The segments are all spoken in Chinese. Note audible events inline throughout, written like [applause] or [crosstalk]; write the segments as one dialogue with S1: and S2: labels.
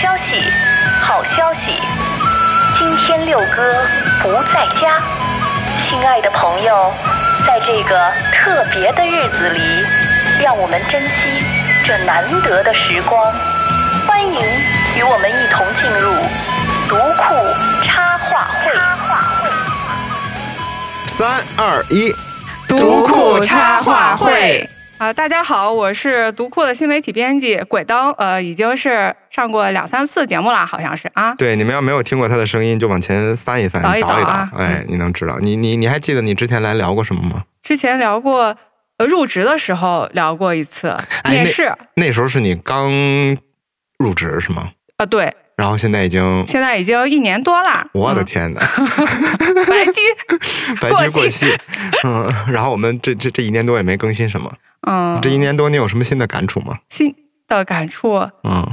S1: 消息，好消息！今天六哥不在家，亲爱的朋友，在这个特别的日子里，让我们珍惜这难得的时光。欢迎与我们一同进入读库插画会。
S2: 三二一，
S3: 读库插画会。
S4: 啊、大家好，我是读库的新媒体编辑鬼灯，呃，已经是上过两三次节目了，好像是啊。
S2: 对，你们要没有听过他的声音，就往前翻一翻，
S4: 倒一
S2: 倒
S4: 倒啊
S2: 哎，你能知道？你你你还记得你之前来聊过什么吗？
S4: 之前聊过，呃，入职的时候聊过一次
S2: 哎
S4: 面试，啊、
S2: 那时候是你刚入职是吗？
S4: 呃对，
S2: 然后现在已经，
S4: 现在已经一年多啦。
S2: 我的天
S4: [laughs]
S2: 哪，
S4: 嗯，白居，
S2: 白
S4: 过
S2: 驹过
S4: 隙
S2: 隙。嗯，然后我们这这这一年多也没更新什么，
S4: 嗯，
S2: 这一年多你有什么新的感触吗？
S4: 新的感触，
S2: 嗯，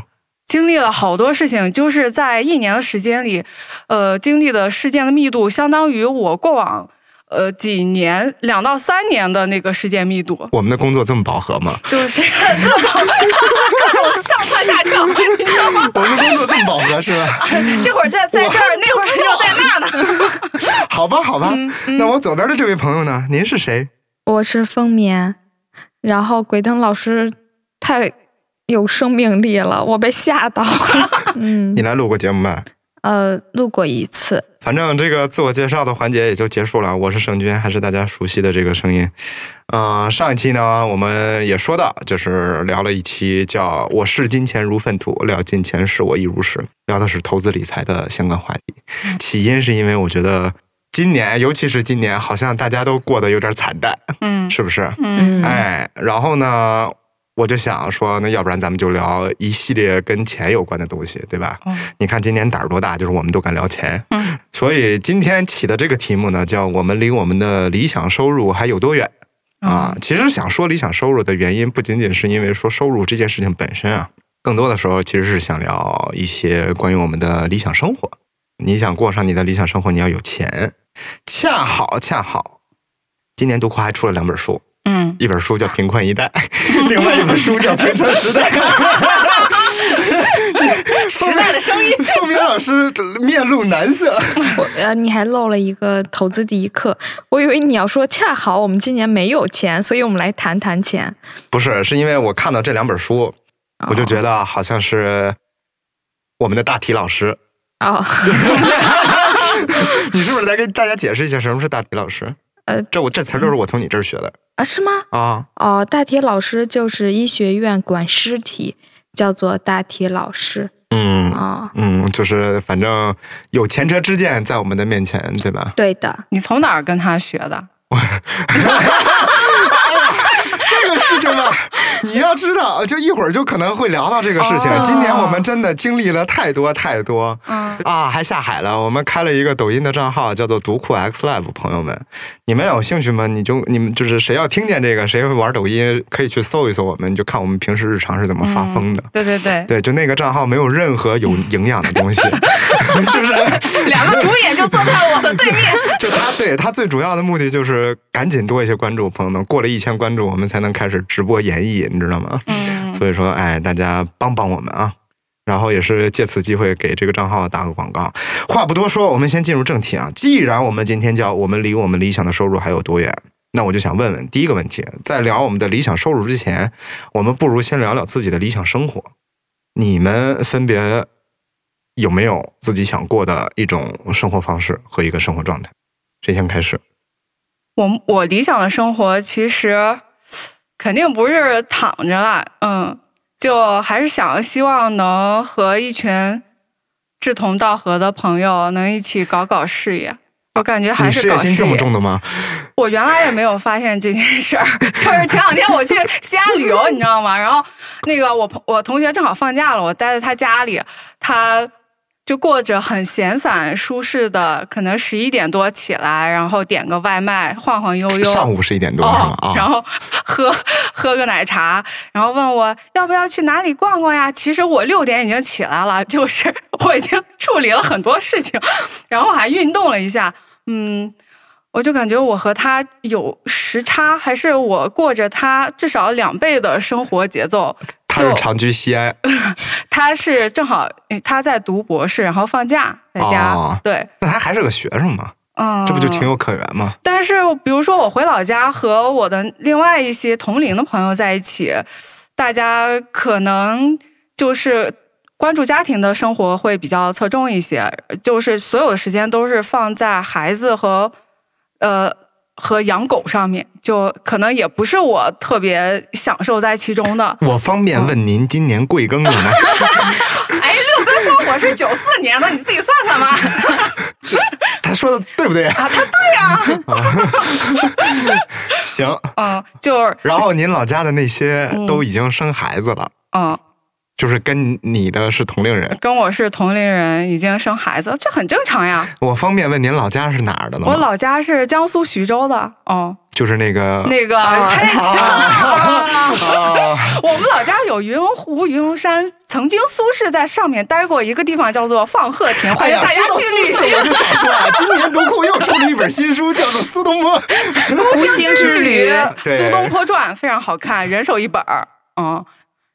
S4: 经历了好多事情，就是在一年的时间里，呃，经历的事件的密度相当于我过往呃几年两到三年的那个事件密度，？
S2: 我们的工作这么饱和吗
S4: [laughs] 就是各种各种上蹿下跳，你知道吗？
S2: 我们的工作这么饱和是吧？
S4: 这会儿在在这儿，那会儿又在那儿呢。
S2: 好吧，好吧，
S4: 嗯
S2: 那我左边的这位朋友呢？您是谁？
S3: 我是风眠，然后鬼灯老师太有生命力了，我被吓到了。 [laughs] 嗯
S2: 你，来录过节目吧？
S3: 呃，录过一次，
S2: 反正这个自我介绍的环节也就结束了。我是盛军，还是大家熟悉的这个声音。呃，上一期呢，我们也说到，就是聊了一期叫“我视金钱如粪土，料金钱视我亦如是”，聊的是投资理财的相关话题。起因是因为我觉得今年，尤其是今年，好像大家都过得有点惨淡，
S4: 嗯
S2: 是不是？
S4: 嗯
S3: 嗯，
S2: 哎，然后呢，我就想说，那要不然咱们就聊一系列跟钱有关的东西，对吧？
S4: 嗯
S2: 你看今年胆儿多大，就是我们都敢聊钱。
S4: 嗯
S2: 所以今天起的这个题目呢，叫“我们离我们的理想收入还有多远”
S4: 嗯
S2: 啊。其实想说理想收入的原因，不仅仅是因为说收入这件事情本身啊，更多的时候其实是想聊一些关于我们的理想生活。你想过上你的理想生活，你要有钱。恰好恰好，今年读库还出了两本书，
S4: 嗯，
S2: 一本书叫《贫困一代》， [laughs] 另外一本书叫《平成时代》。 [laughs]
S4: 时代的声音，
S2: 凤鸣老师面露难色。
S3: [laughs] 我呃，你还漏了一个投资第一课，我以为你要说恰好我们今年没有钱，所以我们来谈谈钱。
S2: 不是，是因为我看到这两本
S4: 哦
S2: 书，我就觉得好像是我们的大体老师。
S3: 哦，
S2: [laughs] 你是不是来给大家解释一下什么是大体老师？
S3: 呃
S2: 这我这词儿都是我从你这儿学的
S3: 啊，是吗？
S2: 啊。
S3: 哦，大体老师就是医学院管尸体，叫做大体老师
S2: 嗯
S3: 啊、哦。
S2: 嗯，就是反正有前车之鉴在我们的面前，对吧？
S3: 对的，
S4: 你从哪儿跟他学的？
S2: 这个事情吧，你要知道，就一会儿就可能会聊到这个事情。
S3: 哦
S2: 今年我们真的经历了太多太多
S4: 嗯
S2: 啊，还下海了。我们开了一个抖音的账号，叫做“读库 X Lab”，朋友们，你们有兴趣吗？你就你们就是谁要听见这个，谁会玩抖音，可以去搜一搜我们，你就看我们平时日常是怎么发疯的。
S4: 对对对，
S2: 对，就那个账号没有任何有营养的东西， [laughs] 就是
S4: 两个主演就坐在我的对面。
S2: [laughs] 就他对他最主要的目的就是赶紧多一些关注，朋友们，过了一千关注，我们才能开始直播演绎，你知道吗？
S4: 嗯，
S2: 所以说，哎，大家帮帮我们啊！然后也是借此机会给这个账号打个广告。话不多说，我们先进入正题啊。既然我们今天叫我们离我们理想的收入还有多远，那我就想问问第一个问题，在聊我们的理想收入之前，我们不如先聊聊自己的理想生活。你们分别有没有自己想过的一种生活方式和一个生活状态？谁先开始？
S4: 我我理想的生活其实肯定不是躺着啦，嗯，就还是想希望能和一群志同道合的朋友能一起搞搞事业。我感觉还
S2: 你
S4: 是
S2: 事业
S4: 搞
S2: 心这么重的吗？
S4: 我原来也没有发现这件事儿， [laughs] 就是前两天我去西安旅游，你知道吗？然后那个我朋我同学正好放假了，我待在他家里，他就过着很闲散舒适的，可能十一点多起来，然后点个外卖，晃晃悠悠。
S2: 上午十一点多是
S4: ？Oh，哦
S2: 吗？，啊，
S4: 然后喝 [laughs] 喝个奶茶，然后问我要不要去哪里逛逛呀？其实我六点已经起来了，就是 [laughs] 我已经处理了很多事情，然后还运动了一下，嗯。我就感觉我和他有时差，还是我过着他至少两倍的生活节奏，
S2: 他是长居西安，
S4: 他是正好呃他在读博士，然后放假在家，
S2: 哦
S4: 对，
S2: 那他还是个学生嘛，
S4: 嗯，
S2: 这不就情有可原吗？。
S4: 但是比如说我回老家和我的另外一些同龄的朋友在一起，大家可能就是关注家庭的生活会比较侧重一些，就是所有的时间都是放在孩子和呃和养狗上面，就可能也不是我特别享受在其中
S2: [laughs]
S4: 的
S2: 我方便
S4: 嗯
S2: 问您今年贵庚了吗？
S4: 哎，六哥说我是九四年的，你自己算算吧。 [laughs]
S2: 他说的对不对啊？他对呀。 [laughs] 行，
S4: 嗯，就是
S2: 然后您老家的那些都已经生孩子了，
S4: 嗯。
S2: 就是跟你的是同龄人。
S4: 跟我是同龄人，已经生孩子，这很正常呀。
S2: 我方便问您老家是哪儿的呢吗？
S4: 我老家是江苏徐州的，哦，
S2: 就是那个
S4: 那个， [laughs] 太
S2: 啊，
S4: [laughs] 我们老家有云龙湖、云龙山，曾经苏轼在上面待过一个地方，叫做放鹤亭，欢
S2: 哎
S4: 迎
S2: 呀，
S4: 大家
S2: 说到
S4: 去旅
S2: 苏轼
S4: 行。
S2: 我就想说啊，今年读库又出了一本新书，叫做《苏东坡》。
S4: 孤
S3: 行之旅
S2: 对
S4: 苏东坡传非常好看，人手一本儿，嗯，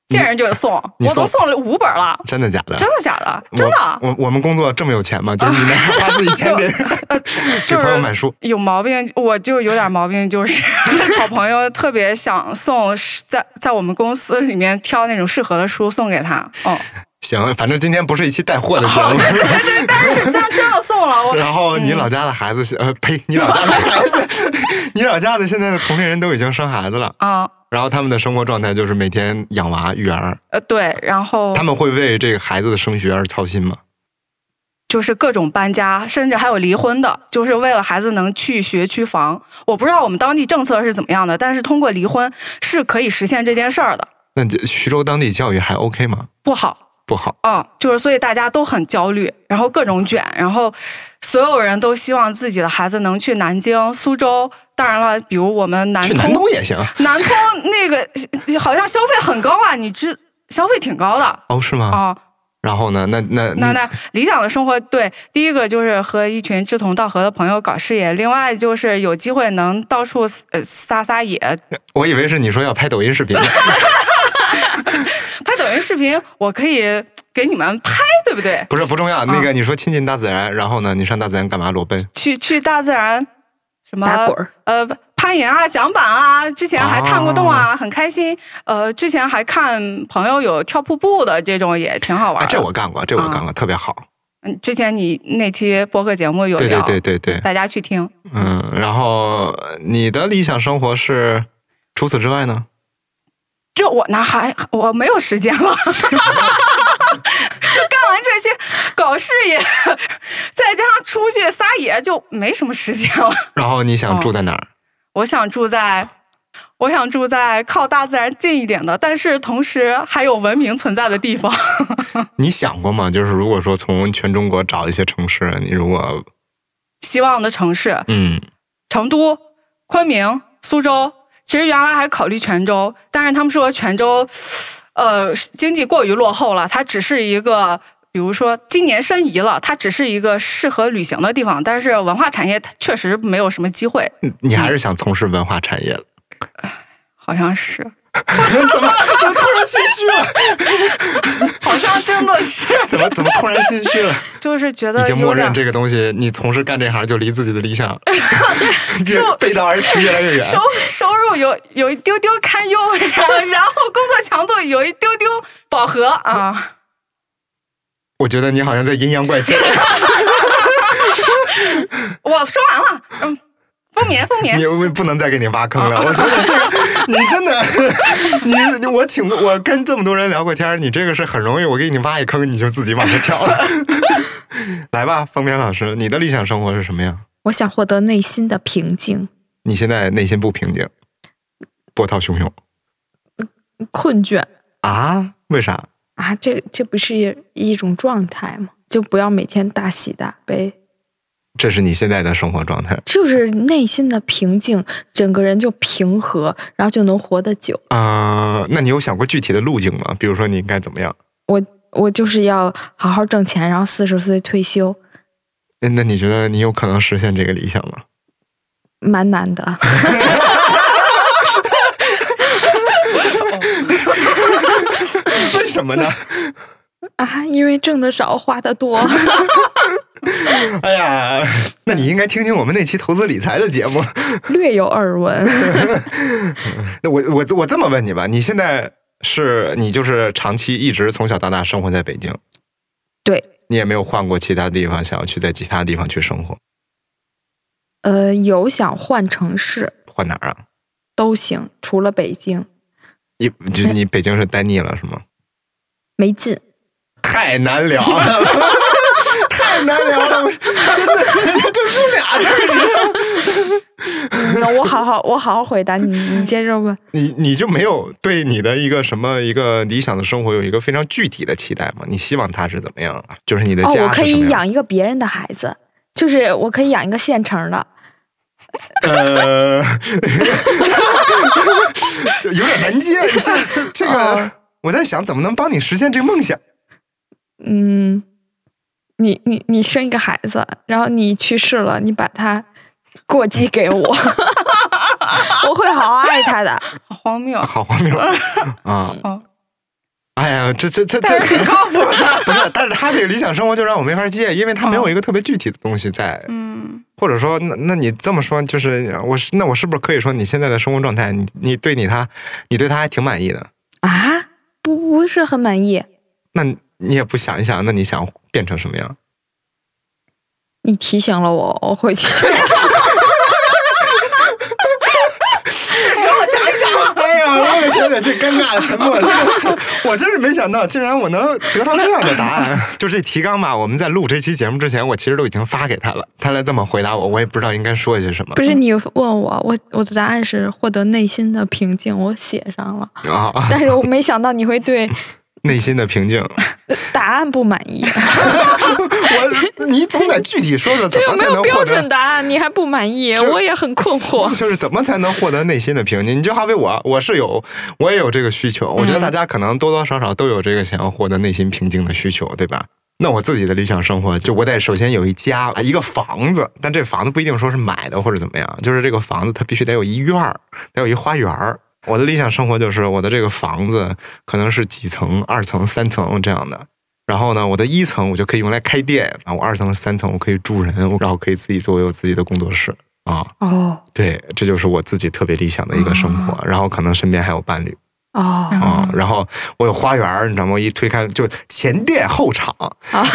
S4: 见人就送，
S2: 你
S4: 我都
S2: 送
S4: 送了五本儿了，
S2: 真的假的？
S4: 真的假的？
S2: 我
S4: 真的，啊
S2: 我我们工作这么有钱吗？就是你能花自己
S4: [laughs]
S2: 钱给给
S4: 就
S2: 朋友
S4: 是
S2: 买书？
S4: 有毛病，我就有点毛病，就是 [laughs] 好朋友特别想送是在在我们公司里面挑那种适合的书送给他，
S2: [laughs]
S4: 哦，
S2: 行，反正今天不是一期带货的节目。
S4: [laughs] 对，但是真真的送了，
S2: [laughs]
S4: 我
S2: 然后你老家的孩子，呃，呸，你老家的孩子，
S4: 嗯
S2: [laughs] 你老家的现在的同龄人都已经生孩子了，
S4: 啊，
S2: 然后他们的生活状态就是每天养娃育儿，
S4: 呃，对，然后
S2: 他们会为这个孩子的升学而操心吗？
S4: 就是各种搬家，甚至还有离婚的，就是为了孩子能去学区房。我不知道我们当地政策是怎么样的，但是通过离婚是可以实现这件事儿的。
S2: 那这徐州当地教育还 OK 吗？
S4: 不好，
S2: 不好，
S4: 嗯，就是所以大家都很焦虑，然后各种卷，然后所有人都希望自己的孩子能去南京、苏州。当然了，比如我们南
S2: 去
S4: 通，
S2: 南通也行。啊
S4: 南通那个好像消费很高啊，你知消费挺高的啊、
S2: 哦，是吗？然后呢？那那
S4: 那那理想的生活，对，第一个就是和一群志同道合的朋友搞事业，另外就是有机会能到处呃撒撒野，
S2: 我以为是你说要拍抖音视
S4: [laughs]
S2: 频呢，
S4: 拍抖音视频，我可以给你们拍，对不对？
S2: 不是不重要。那个你说亲近大自然，然后呢？你上大自然干嘛裸奔？
S4: 去去大自然，什么
S3: 打滚儿
S4: 呃攀岩啊、桨板啊，之前还探过洞
S3: 哦
S4: 啊，很开心。呃，之前还看朋友有跳瀑布的这种，也挺好玩
S2: 啊，
S4: 的。
S2: 这我干过，这我干过，特别好。
S4: 嗯，之前你那期播客节目有
S2: 对
S4: 聊
S2: 对，对对对，
S4: 大家去听。
S2: 嗯。然后呃你的理想生活是，除此之外呢？
S4: 这我哪还我没有时间了， [laughs] 就干完这些搞事业， [laughs] 再加上出去撒野，就没什么时间了。
S2: 然后你想
S4: 哦
S2: 住在哪儿？
S4: 我想住在，我想住在靠大自然近一点的，但是同时还有文明存在的地方。 [laughs]
S2: 你想过吗？就是如果说从全中国找一些城市，你如果
S4: 希望的城市，
S2: 嗯，
S4: 成都、昆明、苏州。其实原来还考虑泉州，但是他们说泉州，呃，经济过于落后了，它只是一个。比如说，今年申遗了，它只是一个适合旅行的地方，但是文化产业它确实没有什么机会，
S2: 你还是想从事文化产业了。
S4: 好像是，
S2: [laughs]
S4: [laughs]
S2: 怎么怎么突然心虚了？
S4: 好像真的是，
S2: [laughs] 怎么怎么突然心虚了？
S4: 就是觉
S2: 已
S4: 得
S2: 经
S4: 有
S2: 默认
S4: 点
S2: 这个东西，你从事干这行就离自己的理 [laughs] 想 [laughs] 这
S4: 受
S2: 背道而驰越来越远
S4: [laughs] 收。收入有有一丢丢堪忧，然后然后工作强度有一丢丢饱和
S2: [laughs]
S4: 啊，
S2: 我觉得你好像在阴阳怪 [laughs] 气。
S4: 我说完了，嗯，分娩分娩
S2: 你，我不能再给你挖坑 [laughs] 了。我觉得这个，你真的， [laughs] 你我请我跟这么多人聊过天儿，你这个是很容易，我给你挖一坑，你就自己往下跳 [laughs] 了。来吧，方边老师，你的理想生活是什么样？
S3: 我想获得内心的平静、
S2: 你现在内心不平静，波涛汹涌
S3: 困倦
S2: 啊？为啥？
S3: 啊，这这不是一一种状态吗？就不要每天大喜大悲，
S2: 这是你现在的生活状态
S3: 就是内心的平静，整个人就平和，然后就能活得久。
S2: 啊、那你有想过具体的路径吗？比如说你应该怎么样？
S3: 我我就是要好好挣钱，然后四十岁退休，
S2: 那那你觉得你有可能实现这个理想 [laughs] 吗？
S3: 蛮难的。 [laughs]
S2: 么呢？
S3: 啊，因为挣的少，花的多。 [laughs]
S2: [laughs] 哎呀，那你应该听听我们那期投资理财的节目。 [laughs]
S3: 略有耳闻。 [laughs]
S2: 那我我我这么问你吧，你现在是你就是长期一直从小到大生活在北京，
S3: 对，
S2: 你也没有换过其他地方，想要去在其他地方去生活，
S3: 呃，有想换城市
S2: 换哪儿啊？
S3: 都行，除了北京
S2: 你就你北京是待腻了是吗？
S3: 没劲。
S2: [laughs] 太难聊了， [laughs] 太难聊了， [laughs] 真的是就是俩字儿。
S3: 嗯那我好好，我好好回答你，你接着问。
S2: [laughs] 你你就没有对你的一个什么一个理想的生活有一个非常具体的期待吗？你希望它是怎么样啊？就是你的
S3: 哦，我
S2: 家
S3: 可
S2: 是什么样？
S3: 以养一个别人的孩子，就是我可以养一个现成的。
S2: 呃，就有点难接，这这这个
S3: 哦，
S4: 啊
S2: 我在想怎么能帮你实现这个梦想。
S3: 嗯，你你你生一个孩子，然后你去世了，你把他过继给我， [laughs] 我会好好爱他的。
S4: 好荒谬
S2: [laughs] 啊，好荒谬啊！
S4: 哦，
S2: 哎呀，这这这这
S4: 但是挺靠谱的。
S2: 不是，但是他这个理想生活就让我没法接，因为他没有一个特别具体的东西在，
S4: 嗯，
S2: 或者说，那那你这么说，就是我是那我是不是可以说你现在的生活状态，你你对你他，你对他还挺满意的？
S3: 啊，不不是很满意。
S2: 那你也不想一想，那你想变成什么样？
S3: 你提醒了我，我回去。
S4: 是时候想一想了。
S2: 哎呀，我也觉得这尴尬的沉默，真的是，我真是没想到，竟然我能得到这样的答案。 [laughs] 就这提纲吧，我们在录这期节目之前，我其实都已经发给他了，他来这么回答我，我也不知道应该说一些什么
S3: 不是你问我，我我的答案是获得内心的平静，我写上了，
S2: 啊，
S3: 但是我没想到你会对
S2: 内心的平 [laughs] 静。
S3: [laughs] 答案不满
S2: [laughs]
S3: 意，
S2: 我，你总得具体说说怎
S3: 这又
S2: 么
S3: 没
S2: 才
S3: 有
S2: 能
S3: 标
S2: 获得
S3: 准答案，你还不满意，
S2: 这
S3: 我也很困惑。
S2: [laughs] 就是怎么才能获得内心的平静？你就好比我，我是有，我也有这个需求。我觉得大家可能多多少少都有这个想要获得内心平静的需求，对吧？那我自己的理想生活，就我得首先有一家，一个房子，但这房子不一定说是买的或者怎么样，就是这个房子它必须得有一院儿，得有一花园儿。我的理想生活就是我的这个房子可能是几层、二层、三层这样的，然后呢，我的一层我就可以用来开店，啊，我二层、三层我可以住人，然后可以自己作为我自己的工作室啊。
S3: 哦
S2: 对，这就是我自己特别理想的一个生活。然后可能身边还有伴侣
S3: 哦
S2: 啊、然后我有花园儿，你知道吗？我一推开就前店后厂，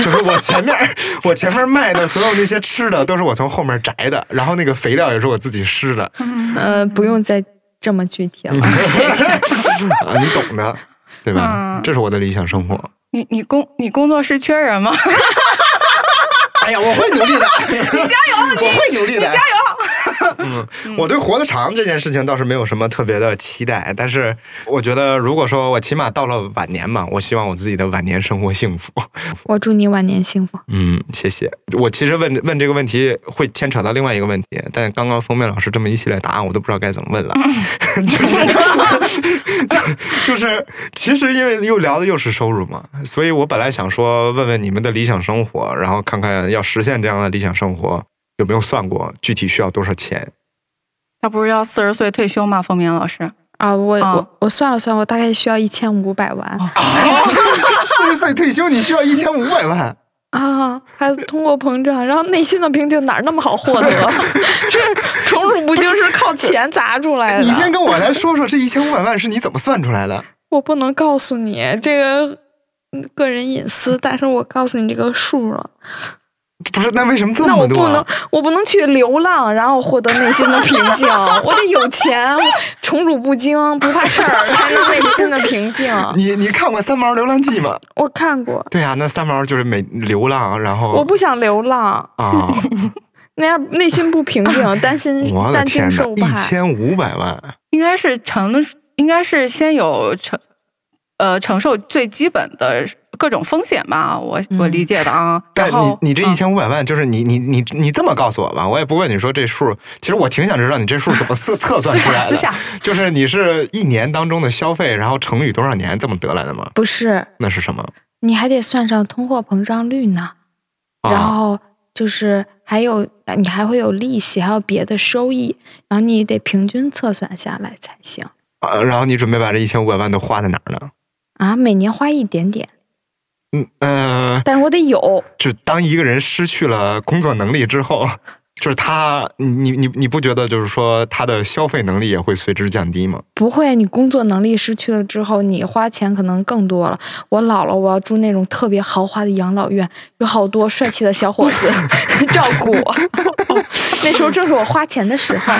S2: 就是我前面我前面卖的所有那些吃的都是我从后面摘的，然后那个肥料也是我自己施的，
S3: 呃，不用再这么具体了。
S2: 啊，你懂的，对吧？
S4: 嗯
S2: 这是我的理想生活。
S4: 你你工你工作室缺
S2: [laughs]
S4: 人吗？
S2: 哎呀，我会努力的， [laughs] 你加 [laughs] 油，我会努力的，加油。 [laughs] 嗯，我对活得长这件事情倒是没有什么特别的期待，但是我觉得，如果说我起码到了晚年嘛，我希望我自己的晚年生活幸福。
S3: 我祝你晚年幸福。
S2: 嗯，谢谢。我其实问问这个问题会牵扯到另外一个问题，但刚刚封面老师这么一系列答案，我都不知道该怎么问了。 [laughs] 就是就就是，其实因为又聊的又是收入嘛，所以我本来想说问问你们的理想生活，然后看看要实现这样的理想生活有没有算过具体需要多少钱。
S4: 他不是要四十岁退休吗？凤鸣老师，
S3: 啊，我、
S2: 哦
S4: 啊
S3: 我我算了算，我大概需要一千五百万
S4: 哦
S2: [laughs] 四十岁退休，你需要一千五百万。
S3: 啊，还通货膨胀，然后内心的平静哪儿那么好获
S2: [laughs]
S3: 得？是宠辱不惊是靠钱砸出来
S2: 哎你先
S3: 的。
S2: 跟我来说说这一千五百万是你怎么算出来的？
S3: 我不能告诉你这个嗯个人隐私，但是我告诉你这个数了。
S2: 不是，那为什么这
S3: 那
S2: 么
S3: 我
S2: 多、
S3: 不
S2: 啊
S3: 能？，我不能去流浪，然后获得内心的平静。我得有钱，宠辱不惊，不怕事儿，才能内心的平静。
S2: 你你看过《三毛流浪记》吗？
S3: 我看过，
S2: 对啊，那三毛就是每流浪，然后
S3: 我不想流浪， [laughs]
S2: 啊，
S3: 那样内心不平静，担心
S2: 我的
S3: 担
S2: 天
S3: 惊
S2: 哪
S3: 受，
S2: 一
S3: 怕。
S2: 千五百万，
S4: 应该是承，应该是先有承，呃，承受最基本的各种风险吧。我、我
S3: 嗯
S4: 理解的啊。
S2: 但
S4: 然
S2: 你
S4: 后
S2: 你这
S4: 嗯
S2: 一千五百万，就是你你你你这么告诉我吧，我也不问你说这数，其实我挺想知道你这数怎么测测算
S4: 私
S2: 出
S4: 下
S2: 来
S4: 私
S2: 的
S4: 下，，
S2: 就是你是一年当中的消费，然后乘以多少年这么得来的吗？
S3: 不是，
S2: 那是什么？
S3: 你还得算上通货膨胀率呢，然
S2: 啊，
S3: 后就是还有你还会有利息，还有别的收益，然后你得平均测算下来才行。
S2: 呃然后你准备把这一千五百万都花在哪儿呢？
S3: 啊，每年花一点点，
S2: 嗯呃，
S3: 但是我得有。
S2: 就当一个人失去了工作能力之后，就是他，你你你不觉得就是说他的消费能力也会随之降低吗？
S3: 不会，你工作能力失去了之后，你花钱可能更多了。我老了，我要住那种特别豪华的养老院，有好多帅气的小伙子 [laughs] 照顾
S4: [laughs]
S3: 我。那时候正是我花钱的时候，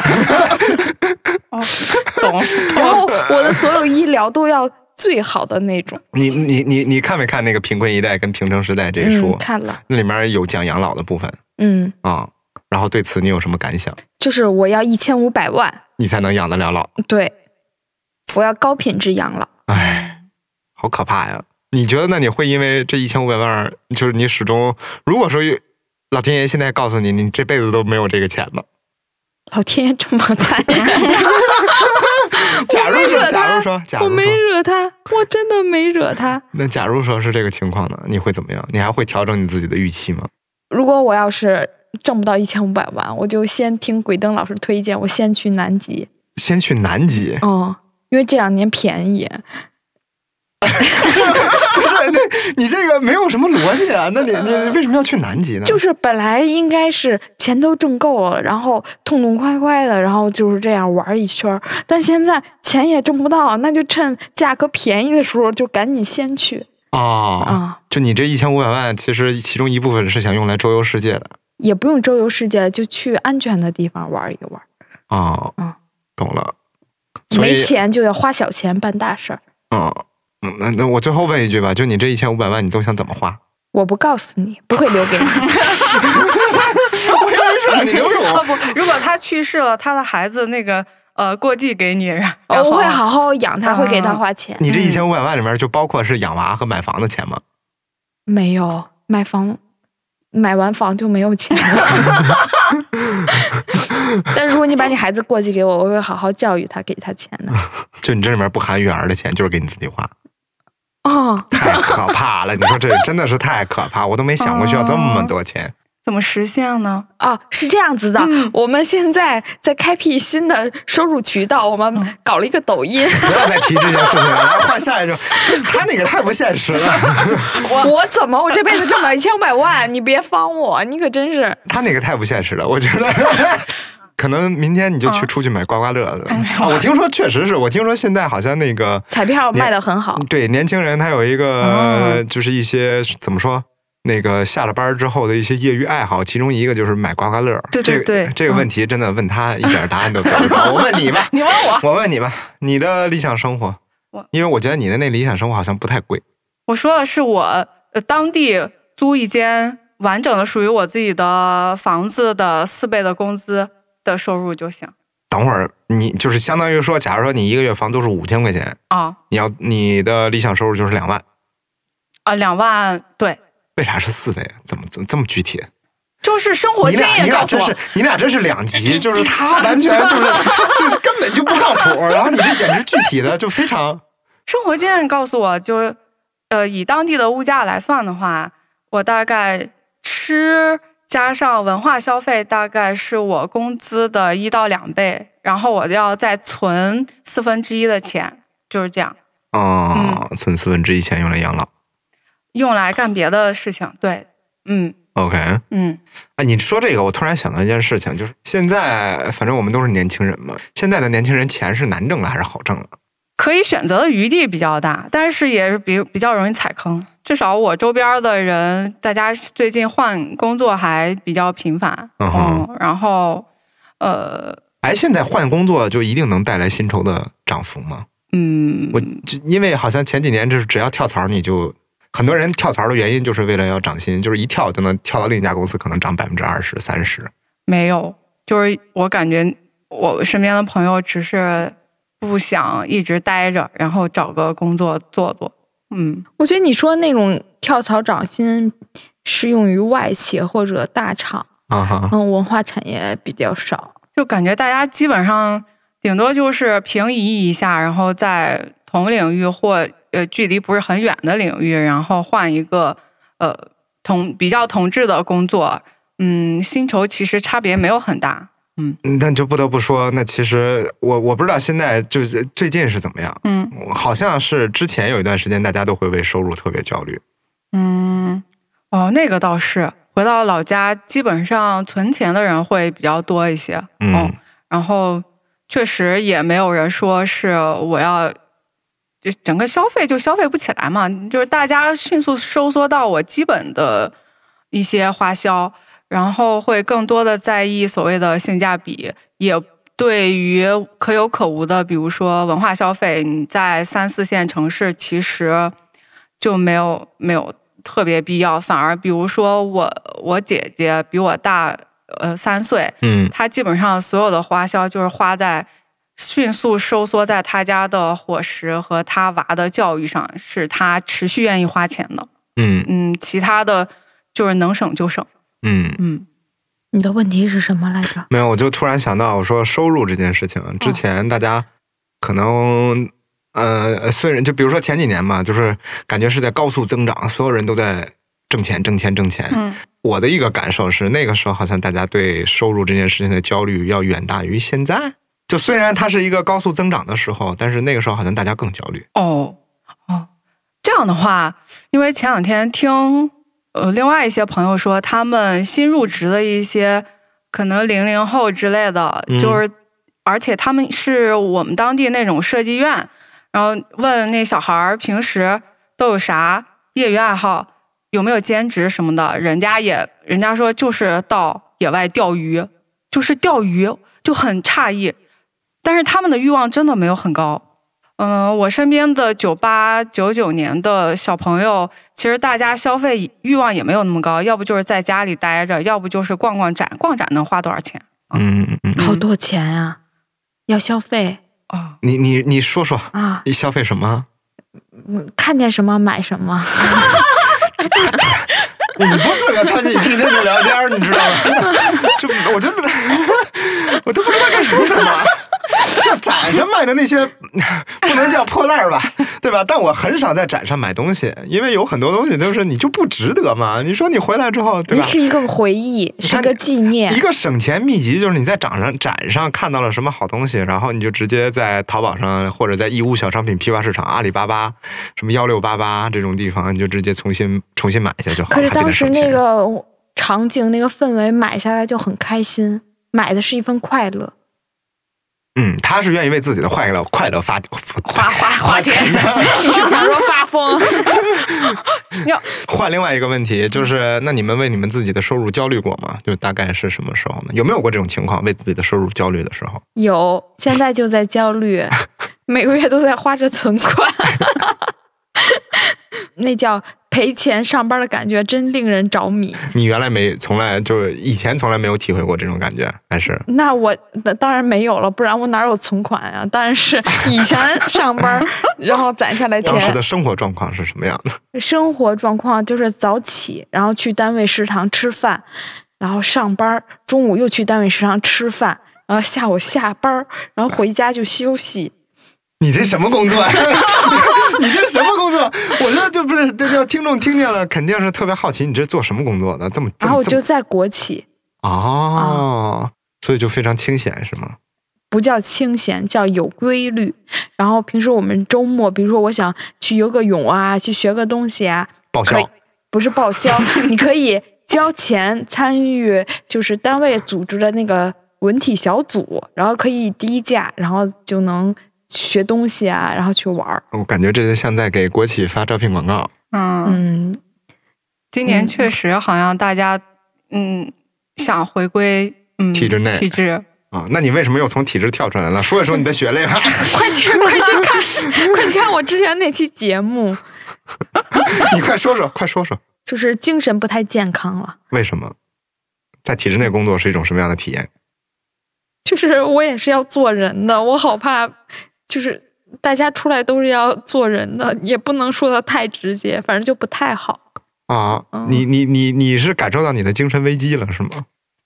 S4: 哦，懂。
S3: 然后我的所有医疗都要最好的那种。
S2: 你你你你看没看那个《贫困一代》跟《平成时代》这
S3: 嗯
S2: 书，？啊
S3: 看了，
S2: 那里面有讲养老的部分
S3: 嗯，
S2: 啊、然后对此你有什么感想？
S3: 就是我要一千五百万，
S2: 你才能养得了老？
S3: 对，我要高品质养老。
S2: 唉，好可怕呀！你觉得那你会因为这一千五百万儿，就是你始终，如果说老天爷现在告诉你，你这辈子都没有这个钱了。
S3: 老天爷这么残忍，
S2: 假如
S3: 惹
S2: 说，
S3: 他
S2: 假如说，假
S3: 我
S2: 如
S3: 没
S2: 说，
S3: 惹他，我真的没惹他。
S2: 那假如说是这个情况呢，你会怎么样？你还会调整你自己的预期吗？
S3: 如果我要是挣不到一千五百万，我就先听鬼灯老师推荐，我先去南极。，
S2: 先去南极
S3: [laughs] 哦，因为这两年便宜。
S4: 嗯
S2: 不是？那你这个没有什么逻辑啊！那你你你为什么要去南极呢？
S3: 就是本来应该是钱都挣够了，然后痛痛快快的，然后就是这样玩一圈儿。但现在钱也挣不到，那就趁价格便宜的时候就赶紧先去
S2: 哦，
S3: 啊、
S2: 就你这一千五百万，其实其中一部分是想用来周游世界的
S3: 也不用周游世界，就去安全的地方玩一玩。
S2: 哦
S3: 啊，
S2: 懂了。所以
S3: 没钱就要花小钱办大事儿，
S2: 嗯，嗯那那我最后问一句吧，就你这一千五百万，你都想怎么花？
S3: 我不告诉你，不会留给你。
S2: 我以为是让你留给
S4: 啊 [laughs]
S2: 我。
S4: 不，如果他去世了，他的孩子那个呃过继给你， [laughs] 然
S3: 哦我会
S4: 后
S3: 好好养他，
S4: 啊
S3: 会给他花钱。
S2: 你这一千五百万里面就包括是养娃和买房的钱吗？
S3: 没有买房，买完房就没有钱了。 [laughs] 但如果你把你孩子过继给我，我会好好教育他，给他钱的。
S2: 就你这里面不含育儿的钱，就是给你自己花，
S3: 哦，
S2: 太可怕了！你说这真的是太可怕，我都没想过需要这么多钱。
S4: 怎么实现呢？
S3: 哦，是这样子的，
S4: 嗯
S3: 我们现在在开辟新的收入渠道，我们搞了一个抖音，
S2: 不要再提这件事情了，来换下一个。他那个太不现实了，
S3: [laughs]
S4: [laughs]
S3: 我我怎么我这辈子挣到一千五百万？你别方我，你可真是
S2: 他那个太不现实了，我觉得。可能明天你就去出去买刮刮乐了
S4: 哎
S2: 啊！我听说确实是我听说现在好像那个
S3: 彩票卖的很好。
S2: 对，年轻人他有一个、
S4: 哦
S2: 就是一些怎么说？那个下了班之后的一些业余爱好，其中一个就是买刮刮乐。
S4: 对对
S2: 这个
S4: 对
S2: 这个问题真的问他一点答案都得
S4: [laughs]
S2: 不到。我问你吧，
S4: 你问我，
S2: [laughs] 我问你吧，你的理想生活
S4: 我，
S2: 因为我觉得你的那理想生活好像不太贵。
S4: 我说的是我呃当地租一间完整的属于我自己的房子的四倍的工资的收入就行
S2: 等会儿你就是相当于说，假如说你一个月房租是五千块钱，
S4: 啊啊、
S2: 你要你的理想收入就是两万，
S4: 呃两万对，
S2: 为啥是四倍啊？怎么怎么这么具体？啊
S4: 就是生活
S2: 你
S4: 经
S2: 俩你
S4: 验
S2: 俩
S4: 告诉
S2: 真
S4: 我
S2: 是，你俩真是两极，就是
S4: [laughs]
S2: 他完全就是就是根本就不靠谱，然后你这简直具体的就非常
S4: 生活经验告诉我就呃以当地的物价来算的话，我大概吃加上文化消费大概是我工资的一到两倍，然后我要再存四分之一的钱，就是这样嗯
S2: 啊，存四分之一钱用来养老。
S4: 用来干别的事情。对，嗯
S2: OK，啊，
S4: 嗯。
S2: 你说这个，我突然想到一件事情，就是现在反正我们都是年轻人嘛，现在的年轻人钱是难挣了还是好挣了？
S4: 可以选择的余地比较大，但是也是比比较容易踩坑。至少我周边的人，大家最近换工作还比较频繁，
S2: 嗯哼
S4: 嗯，然后，呃，
S2: 哎，现在换工作就一定能带来薪酬的涨幅吗？
S4: 嗯，
S2: 我就因为好像前几年就是只要跳槽你就。很多人跳槽的原因就是为了要涨薪，就是一跳就能跳到另一家公司，可能涨百分之二十、三十。
S4: 没有，就是我感觉我身边的朋友只是不想一直待着，然后找个工作做做。嗯，
S3: 我觉得你说那种跳槽涨薪，适用于外企或者大厂，
S2: 啊哈，
S3: 嗯，文化产业比较少。
S4: 就感觉大家基本上顶多就是平移一下，然后在同领域或呃距离不是很远的领域，然后换一个呃同比较同质的工作。嗯，薪酬其实差别没有很大。
S2: 那就不得不说，那其实我我不知道现在就是最近是怎么样，
S4: 嗯
S2: 好像是之前有一段时间大家都会为收入特别焦虑，
S4: 嗯，哦，那个倒是，回到老家，基本上存钱的人会比较多一些。哦
S2: 嗯
S4: 然后确实也没有人说是我要，就整个消费就消费不起来嘛，就是大家迅速收缩到我基本的一些花销，然后会更多的在意所谓的性价比，也。对于可有可无的，比如说文化消费，你在三四线城市其实就没有没有特别必要，反而比如说我我姐姐比我大呃三岁，
S2: 嗯
S4: 他基本上所有的花销就是花在迅速收缩在他家的伙食和他娃的教育上，是他持续愿意花钱的。
S2: 嗯
S4: 嗯，其他的就是能省就省。
S2: 嗯，
S4: 嗯
S3: 你的问题是什么来着？
S2: 没有，我就突然想到，我说收入这件事情，之前大家可能。呃，虽然就比如说前几年嘛，就是感觉是在高速增长，所有人都在挣钱、挣钱、挣钱。
S4: 嗯
S2: 我的一个感受是，那个时候好像大家对收入这件事情的焦虑要远大于现在。就虽然它是一个高速增长的时候，但是那个时候好像大家更焦虑。
S4: 哦哦，这样的话，因为前两天听呃另外一些朋友说，他们新入职的一些可能零零后之类的，
S2: 嗯
S4: 就是而且他们是我们当地那种设计院，然后问那小孩儿平时都有啥业余爱好，有没有兼职什么的，人家也人家说就是到野外钓鱼，就是钓鱼就很诧异，但是他们的欲望真的没有很高。嗯，我身边的九八九九年的小朋友，其实大家消费欲望也没有那么高，要不就是在家里待着，要不就是逛逛展。逛展能花多少钱
S2: 嗯嗯，
S3: 好多钱啊，要消费
S4: 啊？
S2: 你你你说说，
S3: 啊，
S2: 你消费什么？
S3: 嗯看见什么买什么。
S2: 你不适合参与今天的聊天儿，你知道吗？ [laughs] 就我觉得我都不知道该说什么。就展上买的那些，不能叫破烂儿吧，对吧？但我很少在展上买东西，因为有很多东西都是你就不值得嘛。你说你回来之后，对
S3: 你
S2: 吧？
S3: [laughs] 是一个回忆，是
S2: 看
S3: 一个纪念
S2: 一。个省钱秘籍就是你在展上展上看到了什么好东西，然后你就直接在淘宝上或者在义乌小商品批发市场、阿里巴巴、什么幺六八八这种地方，你就直接重新重新买一下就好了。
S3: 可是
S2: 还比
S3: 当
S2: 那
S3: 时
S2: 省钱
S3: 那个场景、那个氛围，买下来就很开心，买的是一份快
S2: [laughs]
S3: 乐。
S2: 嗯，他是愿意为自己的快乐快乐发
S4: 花花花钱，
S3: 你是不是想说发疯？
S2: [laughs] 换另外一个问题，就是那你们为你们自己的收入焦虑过吗？就大概是什么时候呢？有没有过这种情况，为自己的收入焦虑的时候？
S3: [laughs] 有，现在就在焦
S2: [laughs]
S3: 虑，每个月都在花着存款， [laughs] 那叫赔钱上班的感觉，真令人着迷。
S2: 你原来没从来就是以前从来没有体会过这种感觉，还是
S3: 那我那当然没有了，不然我哪有存款啊？当然是以前上班，然后攒下来
S2: [laughs] 当时
S3: 钱
S2: 的。生活状况是什么样的？ [laughs]
S3: 生活状况就是早起，然后去单位食堂吃饭，然后上班，中午又去单位食堂吃饭，然后下午下班，然后回家就休息。
S2: 你这什么工
S3: [laughs]
S2: 作、啊？你这什么工作？我这就不是，这要听众听见了，肯定是特别好奇，你这做什么工作的？这么，这
S3: 然
S2: 么
S3: 后我就
S2: 这么
S3: 在国企，
S2: 哦，所以就非常清闲是吗？
S3: 不叫清闲，叫有规律。然后平时我们周末，比如说我想去游个泳啊，去学个东西啊，
S2: 报
S3: 可以
S2: 销，
S3: 不是报 [laughs] 销，你可以交钱参与，就是单位组织的那个文体小组，然后可以低价，然后就能学东西啊，然后去玩儿。
S2: 我感觉这就像在给国企发招聘广告。
S4: 嗯，
S3: 嗯，
S4: 今年确实好像大家嗯想回归嗯
S2: 体制内 [laughs]
S4: 体制，
S2: 啊、那你为什么又从体制跳出来了？说一说你的血泪吧。 [laughs]
S3: 快去快去看，快去看我之前那期节目，
S2: 你快说说，快说说，
S3: 就是精神不太健康了。
S2: 为什么在体制内工作是一种什么样的体验？
S3: 就是我也是要做人的，我好怕，就是大家出来都是要做人的，也不能说的太直接，反正就不太好。
S2: 啊
S3: 嗯，
S2: 你你你你是感受到你的精神危机了是吗？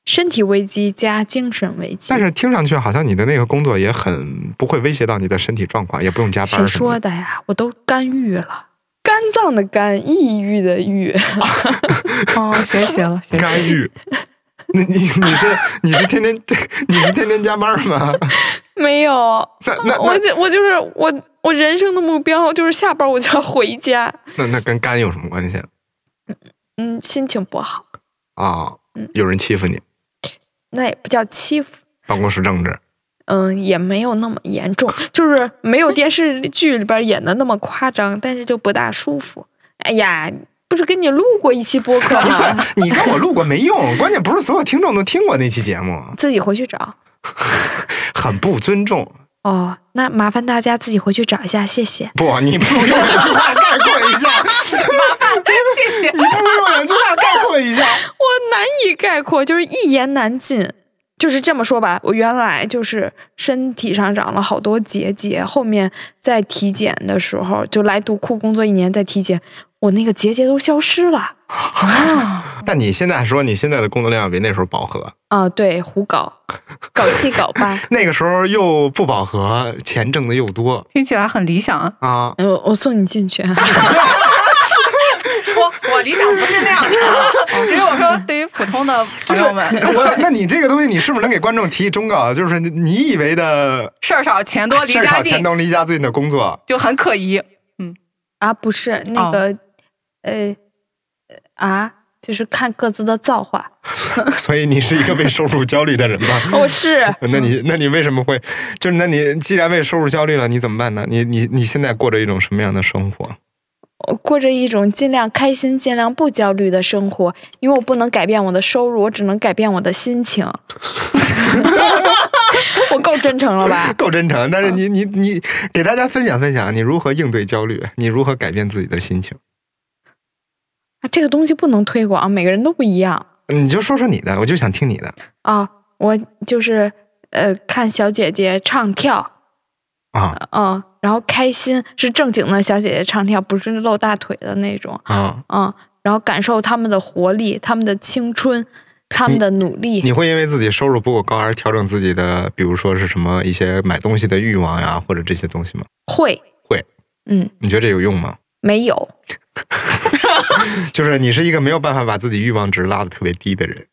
S3: 身体危机加精神危机，
S2: 但是听上去好像你的那个工作也很不会威胁到你的身体状况，也不用加班啊什
S3: 谁
S2: 么。
S3: 说的呀？我都干郁了，肝脏的肝，抑郁的郁，
S2: 啊
S4: 哦，学习了，学习了
S2: 干预？那你你是你是天天你是天天加班吗？
S3: [laughs]
S2: [laughs]
S3: 没有，
S2: 那那
S3: 我
S2: 那
S3: 就我就是我我人生的目标就是下班我就要回家，
S2: 那那跟肝有什么关系
S3: 嗯，心情不好，
S2: 啊？有人欺负你，
S3: 那也不叫欺负。
S2: 办公室政治
S3: 嗯，也没有那么严重，就是没有电视剧里边演的那么夸张，但是就不大舒服。哎呀，不是跟你录过一期播客
S2: 不是
S4: 啊
S3: 吗？
S2: 你跟我录过没用，关键不是所有听众都听过那期节目，
S3: 自己回去找
S2: 很不尊重。
S3: 哦。那麻烦大家自己回去找一下，谢谢。
S2: 不，你不如用两句话概括一下，
S4: [laughs] 谢谢。
S2: 你不如用两句话概括一下。
S3: 我难以概括，就是一言难尽。就是这么说吧，我原来就是身体上长了好多结节，后面在体检的时候，就来读库工作一年，在体检，我那个结节都消失了
S2: [laughs] 但你现在说你现在的工作量比那时候饱和，
S3: 啊！对，胡搞，搞七搞八。
S2: 那个时候又不饱和，钱挣的又多
S4: 听起来很理想啊！
S2: 啊。
S3: [laughs] 我我送你进去，
S4: 我我理想不是那样的啊，只是我说对于普通的
S2: 就是
S4: 朋友们，
S2: 我，那你这个东西，你是不是能给观众提一忠告？就是你你以为的
S4: 事儿少钱多离
S2: 事儿
S4: 家
S2: 少
S4: 近
S2: 钱，多离家最近的工作，
S4: 就很可疑。
S3: [laughs] 啊，不是那
S4: 哦
S3: 个，呃，啊，就是看各自的造化。 [laughs]
S2: 所以你是一个为收入焦虑的人吗？
S3: 我是
S2: [laughs] 那你那你为什么会就是？那你既然为收入焦虑了，你怎么办呢？你你你现在过着一种什么样的生活？ [laughs]
S3: 我过着一种尽量开心、尽量不焦虑的生活，因为我不能改变我的收入，我只能改变我的心
S2: [laughs]
S3: 情。我够真诚了吧？
S2: 够真诚，但是你你你给大家分享分享，你如何应对焦虑？你如何改变自己的心情？
S3: 啊这个东西不能推广，每个人都不一样
S2: 你就说说你的，我就想听你的
S3: 啊。我就是呃，看小姐姐唱跳，
S2: 啊
S3: 嗯，然后开心是正经的小姐姐唱跳，不是露大腿的那种。
S2: 啊！
S3: 嗯，然后感受他们的活力、他们的青春、他们的努力。
S2: 你会因为自己收入不够高而调整自己的，比如说是什么一些买东西的欲望呀，或者这些东西吗？
S3: 会
S2: 会，
S3: 嗯，
S2: 你觉得这有用吗？
S3: 没有，
S2: 就是你是一个没有办法把自己欲望值拉的特别低的人。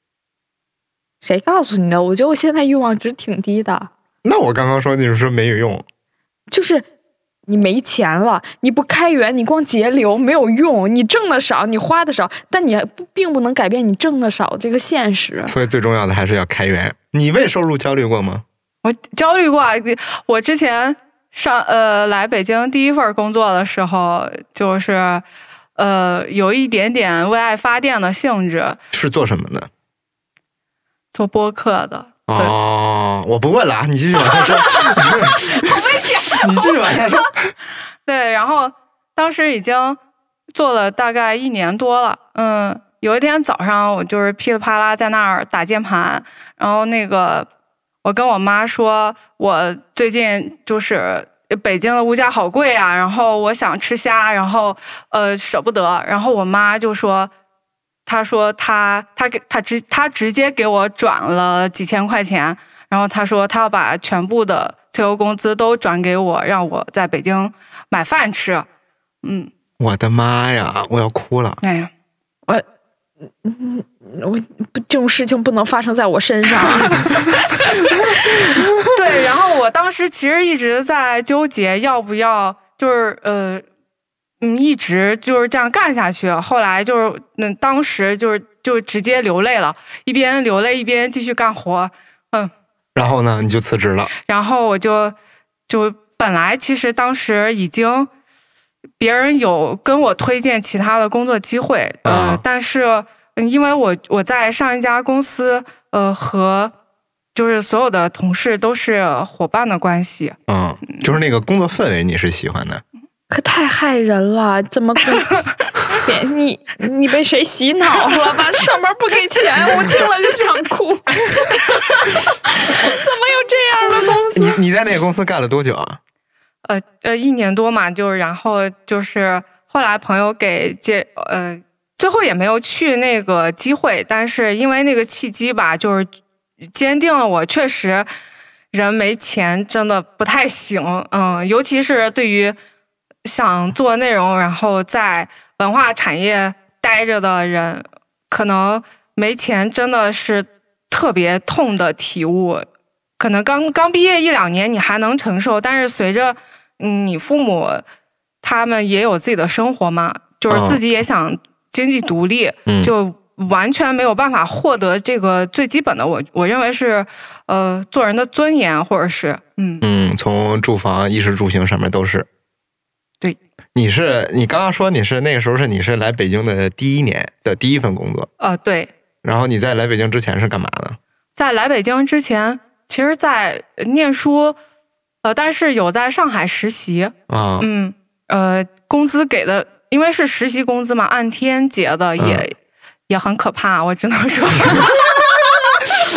S3: 谁告诉你的？我觉得我现在欲望值挺低的，
S2: 那我刚刚说你是说没有用，
S3: 就是你没钱了，你不开源，你光节流没有用，你挣的少，你花的少，但你不并不能改变你挣的少这个现实。
S2: 所以最重要的还是要开源。你为收入焦虑过吗？
S4: 我焦虑过啊，我之前上呃来北京第一份工作的时候，就是呃有一点点为爱发电的性质，
S2: 是做什么的？
S4: 做播客的。对
S2: 哦，我不问了啊，你继续往下说。 [laughs] 好危险！ [laughs] 你继续往下说。
S4: 对，然后当时已经做了大概一年多了，嗯，有一天早上我就是噼里啪啦在那儿打键盘，然后那个我跟我妈说，我最近就是。北京的物价好贵啊，然后我想吃虾，然后呃舍不得，然后我妈就说，她说她她给她直她直接给我转了几千块钱，然后他说他要把全部的退休工资都转给我，让我在北京买饭吃。嗯，
S2: 我的妈呀，我要哭了！
S4: 哎呀，
S3: 我不这种事情不能发生在我身 [laughs] 上。
S4: 对，然后我当时其实一直在纠结要不要，就是呃，嗯，一直就是这样干下去。后来就是，嗯，当时就是就直接流泪了，一边流泪一边继续干活。嗯
S2: 然后呢，你就辞职了。
S4: 然后我就就本来其实当时已经别人有跟我推荐其他的工作机会，呃，
S2: 啊
S4: 但是嗯因为我我在上一家公司，呃和就是所有的同事都是伙伴的关系，
S2: 嗯，就是那个工作氛围你是喜欢的。
S3: 可太害人了！怎么 [laughs] 可别你你被谁洗脑了吧？上班不给钱，我听了就想哭。 [laughs] 怎么有这样的公司？
S2: 你你在那个公司干了多久啊？
S4: 呃呃一年多嘛，就是然后就是后来朋友给介呃。最后也没有去那个机会，但是因为那个契机吧，就是坚定了我确实人没钱真的不太行，嗯，尤其是对于想做内容，然后在文化产业待着的人，可能没钱真的是特别痛的体悟。可能刚刚毕业一两年你还能承受，但是随着嗯你父母他们也有自己的生活嘛，就是
S2: 嗯
S4: 自己也想经济独立，
S2: 嗯
S4: 就完全没有办法获得这个最基本的我我认为是呃做人的尊严，或者是嗯
S2: 嗯，从住房、衣食住行上面都是。
S4: 对，
S2: 你是你刚刚说你是那个时候是你是来北京的第一年的第一份工作，
S4: 呃对，
S2: 然后你在来北京之前是干嘛的？
S4: 在来北京之前，其实，在念书，呃，但是有在上海实习，
S2: 啊、
S4: 嗯，呃，工资给的，因为是实习工资嘛，按天结的也，也、
S2: 嗯
S4: 很可怕，我只能说，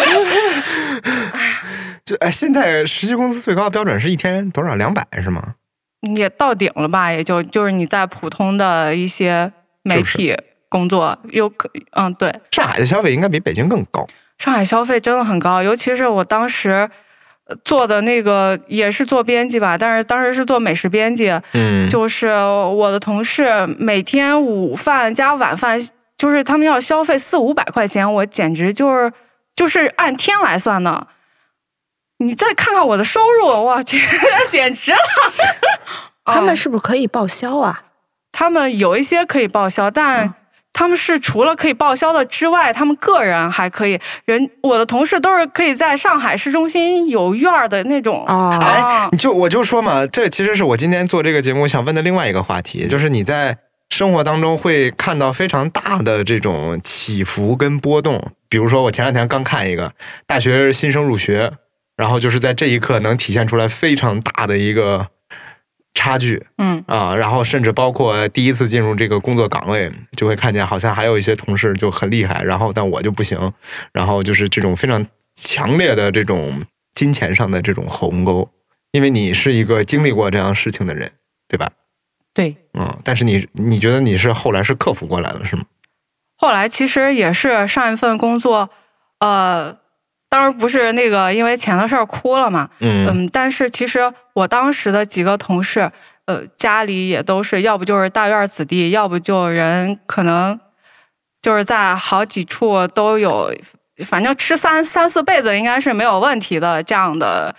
S4: [laughs]
S2: 就哎，现在实习工资最高的标准是一天多少？两百是吗？
S4: 也到顶了吧，也就就是你在普通的一些媒体工作，又可，嗯，对，
S2: 上海的消费应该比北京更高。
S4: 上海消费真的很高，尤其是我当时。呃做的那个也是做编辑吧，但是当时是做美食编辑，
S2: 嗯
S4: 就是我的同事每天午饭加晚饭，就是他们要消费四五百块钱，我简直就是就是按天来算的。你再看看我的收入，哇，简 [laughs] 简直了！
S3: 他们
S4: 啊
S3: 是不是可以报销啊？
S4: 他们有一些可以报销，但他们是除了可以报销的之外，他们个人还可以。人我的同事都是可以在上海市中心有院儿的那种
S3: 哦
S4: 啊
S2: 你就我就说嘛，这其实是我今天做这个节目想问的另外一个话题，就是你在生活当中会看到非常大的这种起伏跟波动。比如说，我前两天刚看一个大学新生入学，然后就是在这一刻能体现出来非常大的一个差距
S4: 嗯
S2: 啊，然后甚至包括第一次进入这个工作岗位，就会看见好像还有一些同事就很厉害，然后但我就不行，然后就是这种非常强烈的这种金钱上的这种鸿沟。因为你是一个经历过这样事情的人，对吧？
S4: 对。
S2: 嗯，但是你你觉得你是后来是克服过来了，是吗？
S4: 后来其实也是上一份工作，呃，当然不是那个因为钱的事儿哭了嘛，
S2: 嗯
S4: 嗯，但是其实我当时的几个同事，呃，家里也都是要不就是大院儿子弟，要不就人可能就是在好几处都有，反正吃三三四辈子应该是没有问题的这样的，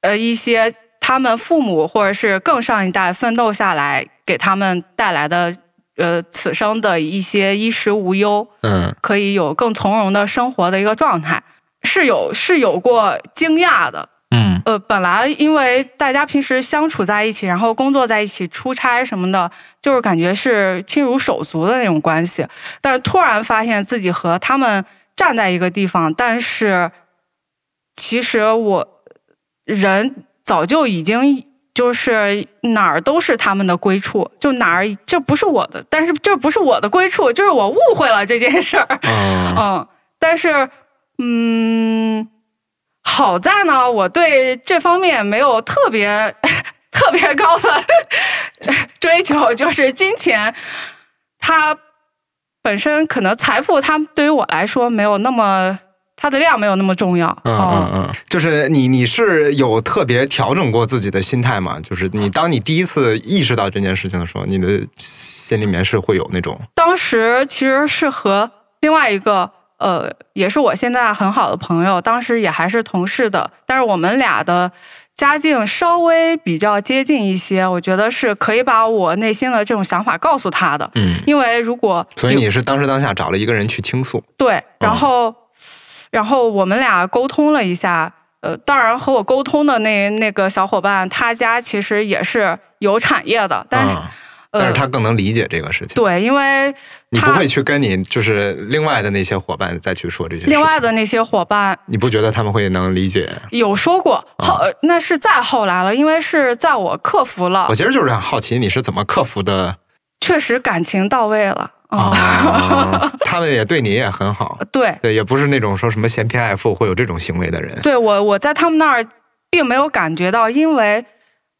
S4: 呃，一些他们父母或者是更上一代奋斗下来给他们带来的。呃，此生的一些衣食无忧，
S2: 嗯
S4: 可以有更从容的生活的一个状态，是有是有过惊讶的，
S2: 嗯
S4: 呃，本来因为大家平时相处在一起，然后工作在一起、出差什么的，就是感觉是亲如手足的那种关系。但是突然发现自己和他们站在一个地方，但是其实我人早就已经就是哪儿都是他们的归处，就哪儿这不是我的，但是这不是我的归处，就是我误会了这件事儿。
S2: 啊
S4: 嗯，但是，嗯，好在呢，我对这方面没有特别 [laughs] 特别高的追 [laughs] 求，就是金钱，它本身可能财富，它对于我来说没有那么它的量没有那么重要。哦
S2: 嗯嗯嗯，就是你你是有特别调整过自己的心态吗？就是你当你第一次意识到这件事情的时候，你的心里面是会有那种
S4: 当时其实是和另外一个呃，也是我现在很好的朋友，当时也还是同事的，但是我们俩的家境稍微比较接近一些，我觉得是可以把我内心的这种想法告诉他的，
S2: 嗯，
S4: 因为如果
S2: 所以你是当时当下找了一个人去倾诉，
S4: 对，然
S2: 哦
S4: 后、然后我们俩沟通了一下。呃，当然和我沟通的那那个小伙伴，他家其实也是有产业的，但是、
S2: 啊但是
S4: 呃，
S2: 他更能理解这个事情，
S4: 对，因为
S2: 你不
S4: 他
S2: 会去跟你就是另外的那些伙伴再去说这些事情，
S4: 另外的那些伙伴，
S2: 你不觉得他们会能理解？
S4: 有说过，
S2: 啊
S4: 后、呃那是再后来了，因为是在我克服了
S2: 我，其实就是很好奇你是怎么克服
S4: [laughs]
S2: 的
S4: 确实感情到位了。嗯、
S2: 啊？他们也对你也很好，
S4: 对，
S2: 对，也不是那种说什么嫌贫爱富会有这种行为的人。
S4: 对我我在他们那儿并没有感觉到，因为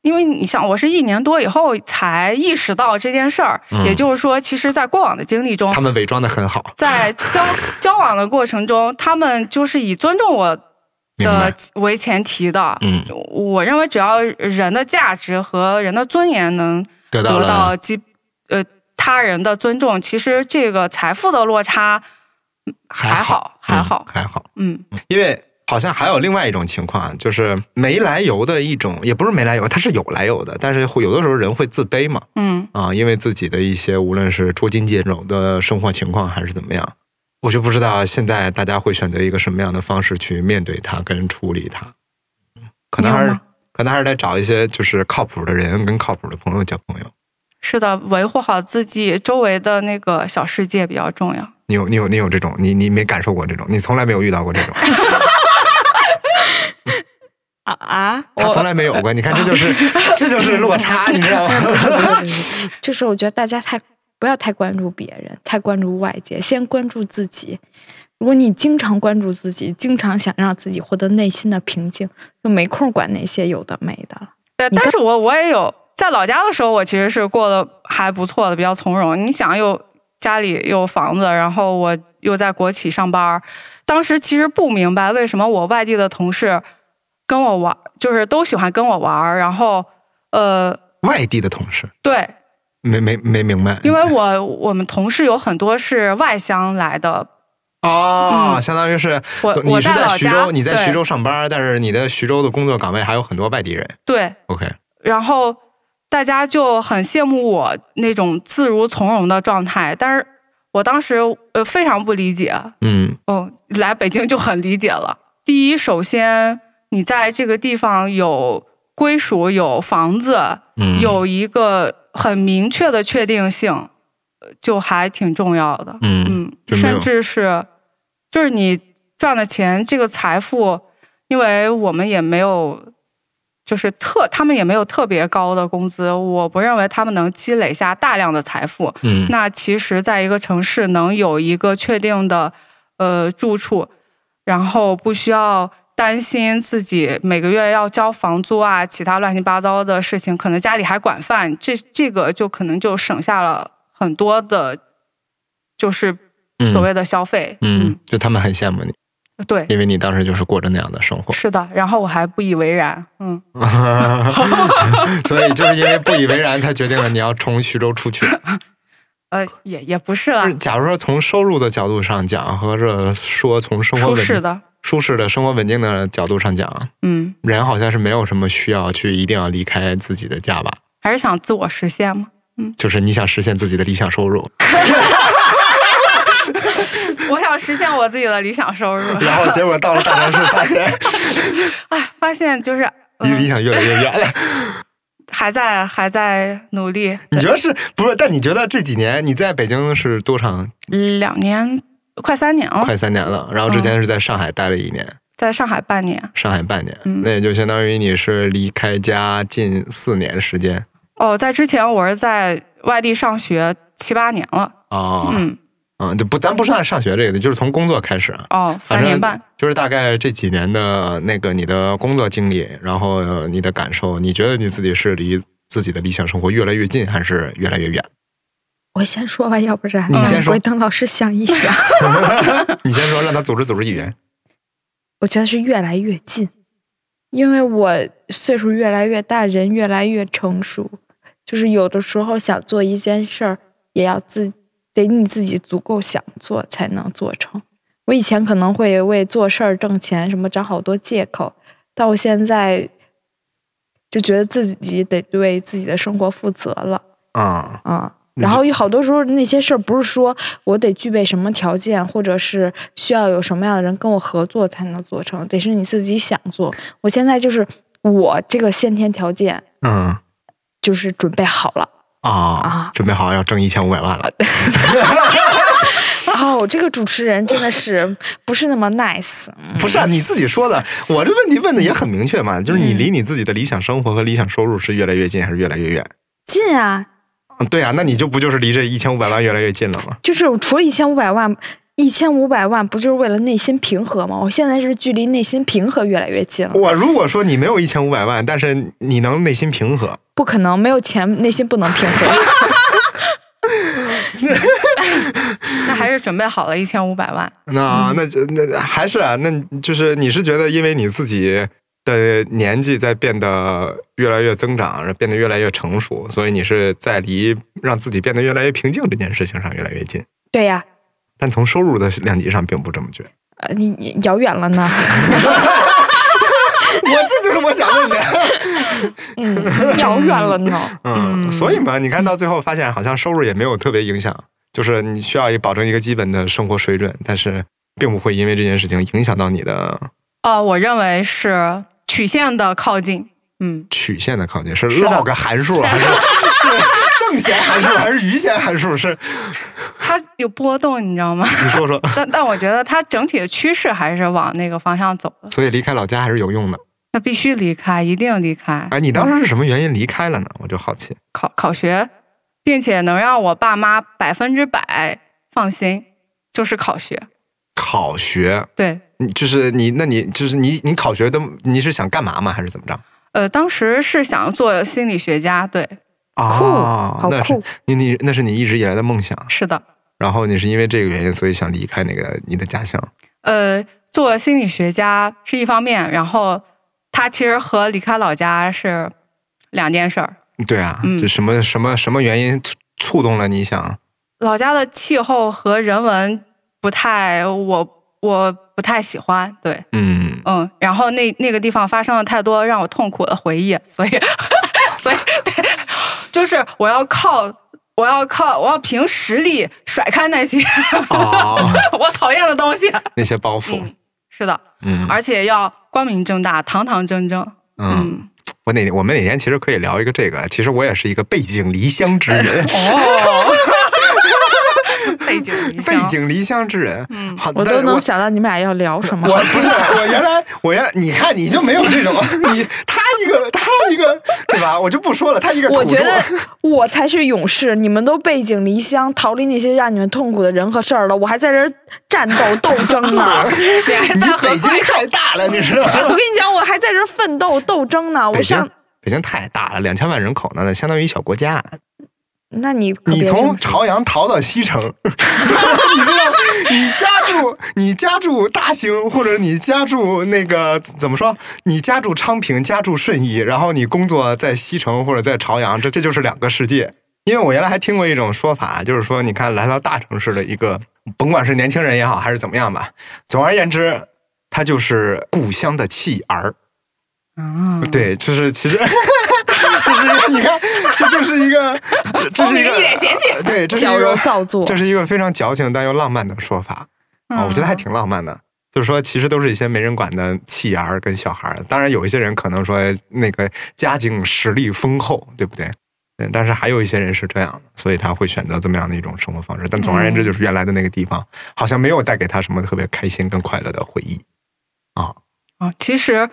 S4: 因为你想，我是一年多以后才意识到这件事儿，
S2: 嗯
S4: 也就是说，其实，在过往的经历中
S2: 他，们伪装的很好，
S4: 在交交往的过程中，他们就是以尊重我
S2: 明白
S4: 的？为前提的。
S2: 嗯，
S4: 我认为，只要人的价值和人的尊严能
S2: 得到
S4: 得
S2: 了
S4: 到基呃他人的尊重，其实这个财富的落差还好还好
S2: 嗯，还好，
S4: 嗯
S2: 因为好像还有另外一种情况，就是没来由的一种，也不是没来由，它是有来由的，但是会有的时候人会自卑嘛，
S4: 嗯
S2: 啊，因为自己的一些无论是捉襟见肘的生活情况还是怎么样，我就不知道现在大家会选择一个什么样的方式去面对它跟处理它，可能
S4: 你有
S2: 还是
S4: 吗
S2: 可能还是得找一些就是靠谱的人跟靠谱的朋友交朋友。
S4: 是的，维护好自己周围的那个小世界比较重要。
S2: 你有你有你有这种，你你没感受过这种，你从来没有遇到过这种，
S3: 啊啊！
S2: 他从来没有过。你看，这
S4: [laughs]
S2: 就是这就是落差，你知道吗？
S3: [laughs] 就是我觉得大家太不要太关注别人，太关注外界，先关注自己。如果你经常关注自己，经常想让自己获得内心的平静，就没空管那些有的没的了。
S4: 对，但是我我也有在老家的时候，我其实是过得还不错的，比较从容。你想有家里有房子，然后我又在国企上班儿，当时其实不明白为什么我外地的同事跟我玩，就是都喜欢跟我玩儿，然后呃，
S2: 外地的同事
S4: 对，
S2: 没没没明白，
S4: 因为我我们同事有很多是外乡来的，
S2: 哦，
S4: 嗯
S2: 相当于是
S4: 我
S2: 你
S4: 我
S2: 是
S4: 在老
S2: 徐
S4: 家
S2: 州，你在
S4: 对
S2: 徐州上班，但是你的徐州的工作岗位还有很多外地人。
S4: 对，
S2: OK，
S4: 然后大家就很羡慕我那种自如从容的状态，但是我当时呃非常不理解，
S2: 嗯
S4: 嗯，来北京就很理解了。第一，首先你在这个地方有归属，有房子，
S2: 嗯，
S4: 有一个很明确的确定性，呃就还挺重要的。
S2: 嗯
S4: 嗯，
S2: 就没有
S4: 甚至是就是你赚的钱，这个财富，因为我们也没有，就是特他们也没有特别高的工资，我不认为他们能积累下大量的财富。
S2: 嗯
S4: 那其实，在一个城市能有一个确定的呃住处，然后不需要担心自己每个月要交房租啊，其他乱七八糟的事情，可能家里还管饭，这这个就可能就省下了很多的，就是
S2: 嗯
S4: 所谓的消费。
S2: 嗯，就他们很羡慕你，
S4: 嗯对，
S2: 因为你当时就是过着那样的生活，
S4: 是的。然后我还不以为然，嗯，
S2: [laughs] 所以就是因为不以为然，才决定了你要从徐州出去。
S4: 呃，也也不是啦
S2: 就是，假如说从收入的角度上讲，或者说从生活
S4: 舒
S2: 稳
S4: 适的，
S2: 舒适的生活稳定的角度上讲，
S4: 嗯，
S2: 人好像是没有什么需要去一定要离开自己的家吧，
S4: 还是想自我实现嘛。
S2: 就是你想实现自己的理想收入，
S4: [laughs] 我想实现我自己的理想收入，
S2: 然后结果到了大城市，发现
S4: 哎，发现就是、
S2: 离
S4: 嗯
S2: 理想越来越远了。
S4: 还在还在努力，
S2: 你觉得是不是？但你觉得这几年你在北京是多长？
S4: 两年快三年了，
S2: 快三年了，然后之
S4: 嗯
S2: 前是在上海待了一年，
S4: 在上海半年。
S2: 上海半年，
S4: 嗯
S2: 那也就相当于你是离开家近四年时间
S4: 哦，在之前我是在外地上学七八年了，
S2: 啊，
S4: 嗯，
S2: 嗯，就不，咱不是按上学这个，就是从工作开始啊，
S4: 哦，
S2: 反
S4: 三
S2: 正
S4: 年半，
S2: 就是大概这几年的那个你的工作经历，然后呃你的感受，你觉得你自己是离自己的理想生活越来越近，还是越来越 [laughs] 远？
S3: 我先说吧，要不然
S2: 你先说
S3: 我等老师想一想。
S2: 你先说，让他组织组织语言。
S3: 我觉得是越来越近，因为我岁数越来越大，人越来越成熟，就是有的时候想做一件事儿，也要自得你自己足够想做才能做成。我以前可能会为做事儿挣钱什么找好多借口，但我现在就觉得自己得对自己的生活负责了。
S2: 啊、
S3: 啊。
S2: 那
S3: 然
S2: 就
S3: 后有好多时候那些事儿不是说我得具备什么条件，或者是需要有什么样的人跟我合作才能做成，得是你自己想做。我现在就是我这个先天条件
S2: 嗯，
S3: 就是准备好了，
S2: 啊、
S3: 啊
S2: 准备好要挣一千五百万了。
S3: 哦，这个主持人真的是不是那么 nice，
S2: 不是、啊、你自己说的，我这问题问的也很明确嘛，就是你离你自己的理想生活和理想收入是越来越近，还是越来越远？
S3: 近啊，
S2: 嗯对啊，那你就不就是离这一千五百万越来越近了吗？
S3: 就是除了一千五百万。一千五百万不就是为了内心平和吗？我现在是距离内心平和越来越近了，
S2: 我如果说你没有一千五百万，但是你能内心平和，
S3: 不可能没有钱，内心不能平和。 [laughs]
S4: 那还是准备好了一千五百万。
S2: 那啊那就那还是啊，那就是你是觉得因为你自己的年纪在变得越来越增长，变得越来越成熟，所以你是在离让自己变得越来越平静这件事情上越来越近
S3: 对呀、
S2: 但从收入的量级上并不这么觉得。
S3: 呃，你你遥远了呢，
S2: 我这就是我想问的。
S3: 嗯，遥远了呢。
S2: 嗯，
S4: 嗯
S2: 所以嘛，你看到最后发现，好像收入也没有特别影响，就是你需要保证一个基本的生活水准，但是并不会因为这件事情影响到你的
S4: 哦，我认为是曲线的靠近。嗯，
S2: 曲线的靠近，是
S4: 是的
S2: 落个函数还是是正弦函数还是余弦函数？是
S4: 它有波动，你知道吗？
S2: 你说说。
S4: 但但我觉得它整体的趋势还是往那个方向走的。
S2: 所以离开老家还是有用的。
S4: 那必须离开，一定离开。
S2: 哎，你当时是什么原因离开了呢？我就好奇。
S4: 考考学，并且能让我爸妈百分之百放心，就是考学。
S2: 考学，
S4: 对，
S2: 你就是你，那你就是你，你考学的，你是想干嘛吗？还是怎么着？
S4: 呃，当时是想做心理学家，对，
S2: 啊，
S3: 好
S2: 那是
S3: 酷
S2: 你你那是你一直以来的梦想，
S4: 是的，
S2: 然后你是因为这个原因，所以想离开那个你的家乡。
S4: 呃，做心理学家是一方面，然后他其实和离开老家是两件事儿。
S2: 对啊，
S4: 嗯
S2: 就什么什么什么原因触触动了你想？
S4: 老家的气候和人文不太，我我不太喜欢，对，
S2: [laughs] 嗯，
S4: 嗯，然后那那个地方发生了太多让我痛苦的回忆，所以 [laughs] 所以对，就是我要靠。我要靠，我要凭实力甩开那些 [laughs]
S2: 哦，
S4: 我讨厌的东西。
S2: 那些包袱
S4: 嗯，是的，
S2: 嗯
S4: 而且要光明正大、堂堂正正。
S2: 嗯，我哪我们哪天其实可以聊一个这个，其实我也是一个背井离乡
S3: [laughs]
S2: 之人，
S4: 哦，背景离
S2: 背井离乡之人，
S4: 嗯
S2: 好，
S3: 我
S2: 但
S3: 都
S2: 我
S3: 能想到你们俩要聊什么。
S2: 我不
S3: [laughs]
S2: 是我原来我原来你看你就没有这种你他一个他一个对吧？我就不说了，他一个
S3: 我
S2: 土
S3: 觉
S2: 著 [laughs]
S3: 得我才是勇士，你们都背井离乡，逃离那些让你们痛苦的人和事儿了，我还在这儿战斗斗争呢。
S4: 你还
S2: 你
S4: 在和
S2: 北京太大了，你知道
S3: 我
S2: 吗？
S3: 跟你讲，我还在这儿奋斗斗争呢。 [laughs] 我
S2: 北京
S3: 上，
S2: 北京太大了，两千万人口呢，那相当于一小国家。
S3: 那你可
S2: 你
S3: 别这么
S2: 从朝阳逃到西城， [laughs] 你知道，你家住你家住大兴，或者你家住那个怎么说？你家住昌平，家住顺义，然后你工作在西城或者在朝阳，这这就是两个世界。因为我原来还听过一种说法，就是说，你看来到大城市的一个，甭管是年轻人也好，还是怎么样吧，总而言之，他就是故乡的弃儿。
S4: 啊，
S2: 对，就是其实，这是一个你看，这就是一个，这是一个
S4: 一脸嫌弃
S2: 对，这是
S3: 矫
S2: 一
S3: 揉
S2: 个，
S3: 造作
S2: 这。是一个非常矫情但又浪漫的说法啊、我觉得还挺浪漫的。就是说，其实都是一些没人管的弃儿跟小孩儿。当然，有一些人可能说那个家境实力丰厚，对不对？嗯，但是还有一些人是这样的，所以他会选择这么样的一种生活方式。但总而言之，就是原来的那个地方好像没有带给他什么特别开心跟快乐的回忆啊。
S4: 啊，其实，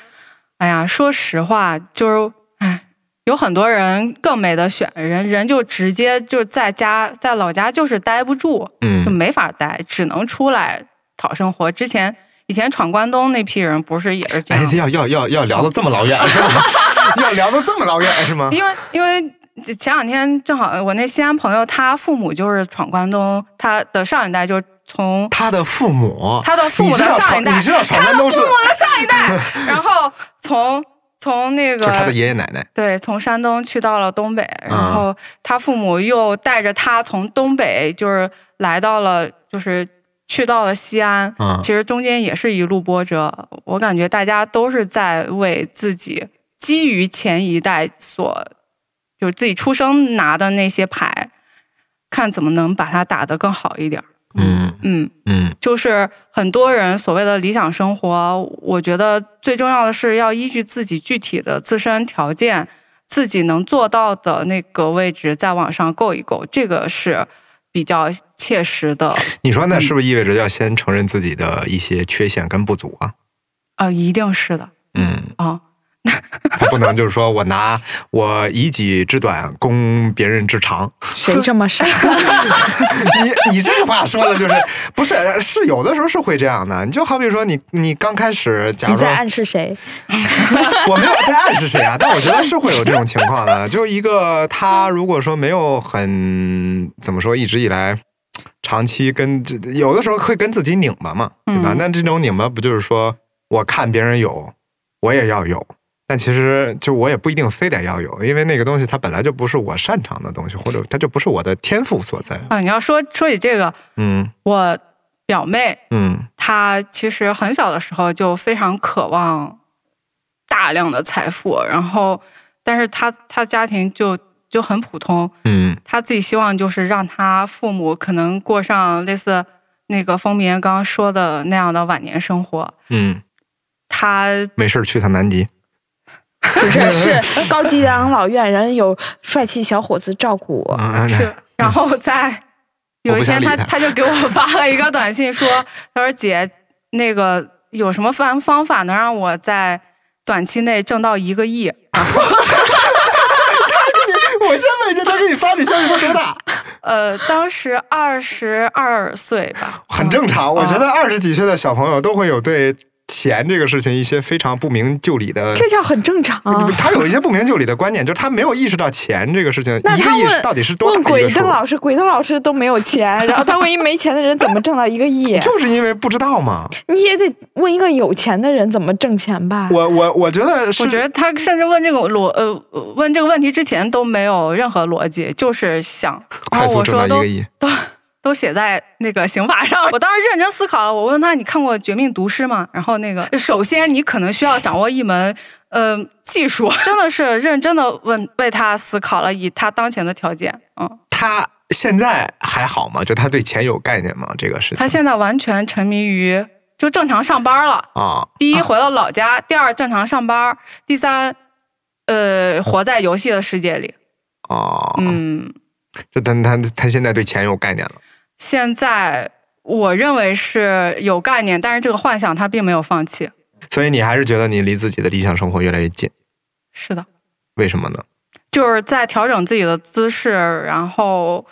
S4: 哎呀，说实话，就是哎，有很多人更没得选，人人就直接就在家在老家就是待不住，就
S2: 嗯，
S4: 没法待，只能出来讨生活。之前以前闯关东那批人不是也是这
S2: 哎
S4: 样，，
S2: 要要要要聊到这么老远是
S4: [laughs]
S2: 吗？要聊到这么老远是吗？
S4: 因为因为。前两天正好我那西安朋友，他父母就是闯关东，他的上一代就从
S2: 他的父母，
S4: 他的父母的上一代，
S2: 你知道闯
S4: 他
S2: 关
S4: 的
S2: 东
S4: 父
S2: 是
S4: 母的上一代，然后从从那
S2: 就是他的
S4: 个
S2: 爷爷奶奶，
S4: 对，从山东去到了东北，然
S2: 嗯
S4: 后他父母又带着他从东北就是来到了，就是去到了西安
S2: 嗯。
S4: 其实中间也是一路波折，我感觉大家都是在为自己基于前一代所就是自己出生拿的那些牌，看怎么能把它打得更好一点儿。
S2: 嗯
S4: 嗯。
S2: 嗯
S4: 就是很多人所谓的理想生活，我觉得最重要的是要依据自己具体的自身条件，自己能做到的那个位置再往上够一够，这个是比较切实的。
S2: 你说
S4: 嗯
S2: 那是不是意味着要先承认自己的一些缺陷跟不足啊？
S4: 啊，一定是的
S2: 嗯，
S4: 啊，
S2: 他不能就是说我拿我以己之短攻别人之长， [laughs]
S3: 谁这么傻？
S2: 你你这个话说的就是不是是有的时候是会这样的，你就好比说你你刚开始，假
S3: 你
S2: 如说
S3: 在暗示谁？
S2: [laughs] 我没有在暗示谁啊，但我觉得是会有这种情况的。就是一个他如果说没有很怎么说，一直以来长期跟这有的时候会跟自己拧巴嘛，对吧？
S4: 嗯
S2: 那这种拧巴不就是说我看别人有，我也要有。但其实就我也不一定非得要有，因为那个东西它本来就不是我擅长的东西，或者它就不是我的天赋所在。
S4: 啊！你要说说起这个，
S2: 嗯
S4: 我表妹，
S2: 嗯
S4: 她其实很小的时候就非常渴望大量的财富，然后，但是她她家庭就就很普通，
S2: 嗯
S4: 她自己希望就是让她父母可能过上类似那个风眠刚刚说的那样的晚年生活。
S2: 嗯，
S4: 她
S2: 没事儿去趟南极。
S3: 不是是高级养老院，人有帅气小伙子照顾
S2: [laughs]
S3: 我。
S2: 嗯，
S4: 是，然后
S2: [laughs]
S4: 在有
S2: 我
S4: 一
S2: 不想
S4: 天
S2: 理
S4: 她，
S2: 他
S4: 她就给我
S2: [laughs]
S4: 发了一个短信说，她说姐，那个有什么方方法能让我在短期内挣到一个亿？
S2: 我先问一下，他给你发这消息都多大？
S4: 呃，当时二十二岁吧，
S2: 很正常，
S4: 嗯
S2: 我觉得二十几岁的小朋友都会有对钱这个事情一些非常不明就里的。
S3: 这叫很正常啊、
S2: 他有一些不明就里的观念，就是他没有意识到钱这个事情，
S3: 那
S2: 一个
S3: 他
S2: 亿
S3: 问
S2: 到底是多
S3: 问
S2: 大一
S3: 鬼
S2: 个数？
S3: 灯？老师，鬼灯老师都没有钱，然后他问一没钱的人怎么挣到一个亿
S2: 就是因为不知道嘛。
S3: 你也得问一个有钱的人怎么挣钱吧？
S2: 我我我觉得是，
S4: 我觉得他甚至问这个逻呃问这个问题之前都没有任何逻辑，就是想，
S2: [laughs]
S4: 然
S2: 快
S4: 后
S2: 速
S4: 我
S2: 挣到
S4: 说
S2: 一
S4: 都
S2: 个亿。
S4: 都都写在那个刑法
S2: [laughs]
S4: 上。我当时认真思考了，我问他你看过《绝命毒师》吗？然后那个首先你可能需要掌握一门呃
S2: [laughs]
S4: 技术，真的是认真的问为他思考了，以他当前的条件，嗯，
S2: 他现在还好吗？就他对钱有概念吗？这个事情
S4: 他现在完全沉迷于就正常上班了。
S2: 啊，
S4: 第一回到老家，第二正常上班，第三，呃，活在游戏的世界里。
S2: 哦，
S4: 嗯，
S2: 就他他他现在对钱有概念了。
S4: 现在我认为是有概念，但是这个幻想他并没有放弃。
S2: 所以你还是觉得你离自己的理想生活越来越近，
S4: 是的，
S2: 为什么呢？
S4: 就是在调整自己的姿势，然后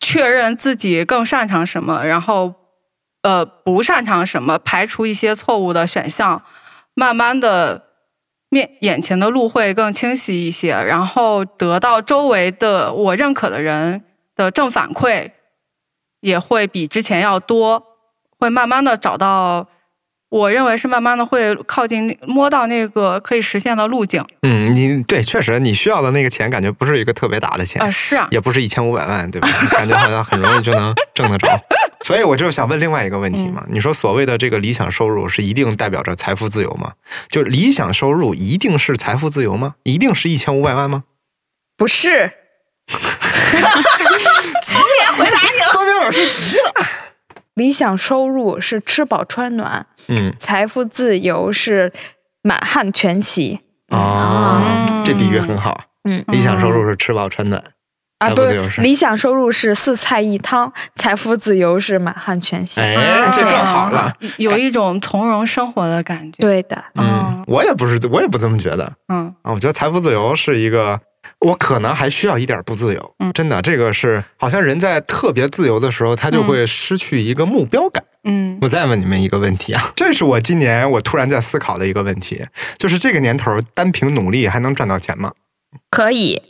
S4: 确认自己更擅长什么，然后呃不擅长什么，排除一些错误的选项，慢慢的面眼前的路会更清晰一些，然后得到周围的我认可的人的正反馈，也会比之前要多，会慢慢的找到。我认为是慢慢的会靠近那摸到那个可以实现的路径
S2: 嗯，你对，确实你需要的那个钱，感觉不是一个特别大的钱
S4: 啊、是啊，
S2: 也不是一千五百万，对吧？ [laughs] 感觉好像很容易就能挣得着。所以我就想问另外一个问题
S3: 嗯
S2: 嘛，你说所谓的这个理想收入是一定代表着财富自由吗？就理想收入一定是财富自由吗？一定是一千五百万吗？
S3: 不是，
S2: [laughs] 方彪老师急了。
S3: 理想收入是吃饱穿暖，
S2: 嗯
S3: 财富自由是满汉全席。
S2: 啊，
S4: 嗯
S2: 这比喻很好。
S3: 嗯
S2: 理想收入是吃饱穿暖，财
S3: 啊，不
S2: 富自由
S3: 是，
S2: 是。
S3: 理想收入是四菜一汤，财富自由是满汉全席。
S2: 哎，
S4: 啊
S2: 这更好
S3: 啊
S2: 了。
S4: 有一种从容生活的感觉。，
S3: 对的，
S2: 嗯
S4: 嗯，
S2: 我也不是，我也不这么觉得。
S4: 嗯，
S2: 啊，我觉得财富自由是一个，我可能还需要一点不自由。
S4: 嗯
S2: 真的，这个是好像人在特别自由的时候，他就会失去一个目标感。
S4: 嗯，
S2: 嗯我再问你们一个问题啊，这是我今年我突然在思考的一个问题，就是这个年头单凭努力还能赚到钱吗？
S3: 可以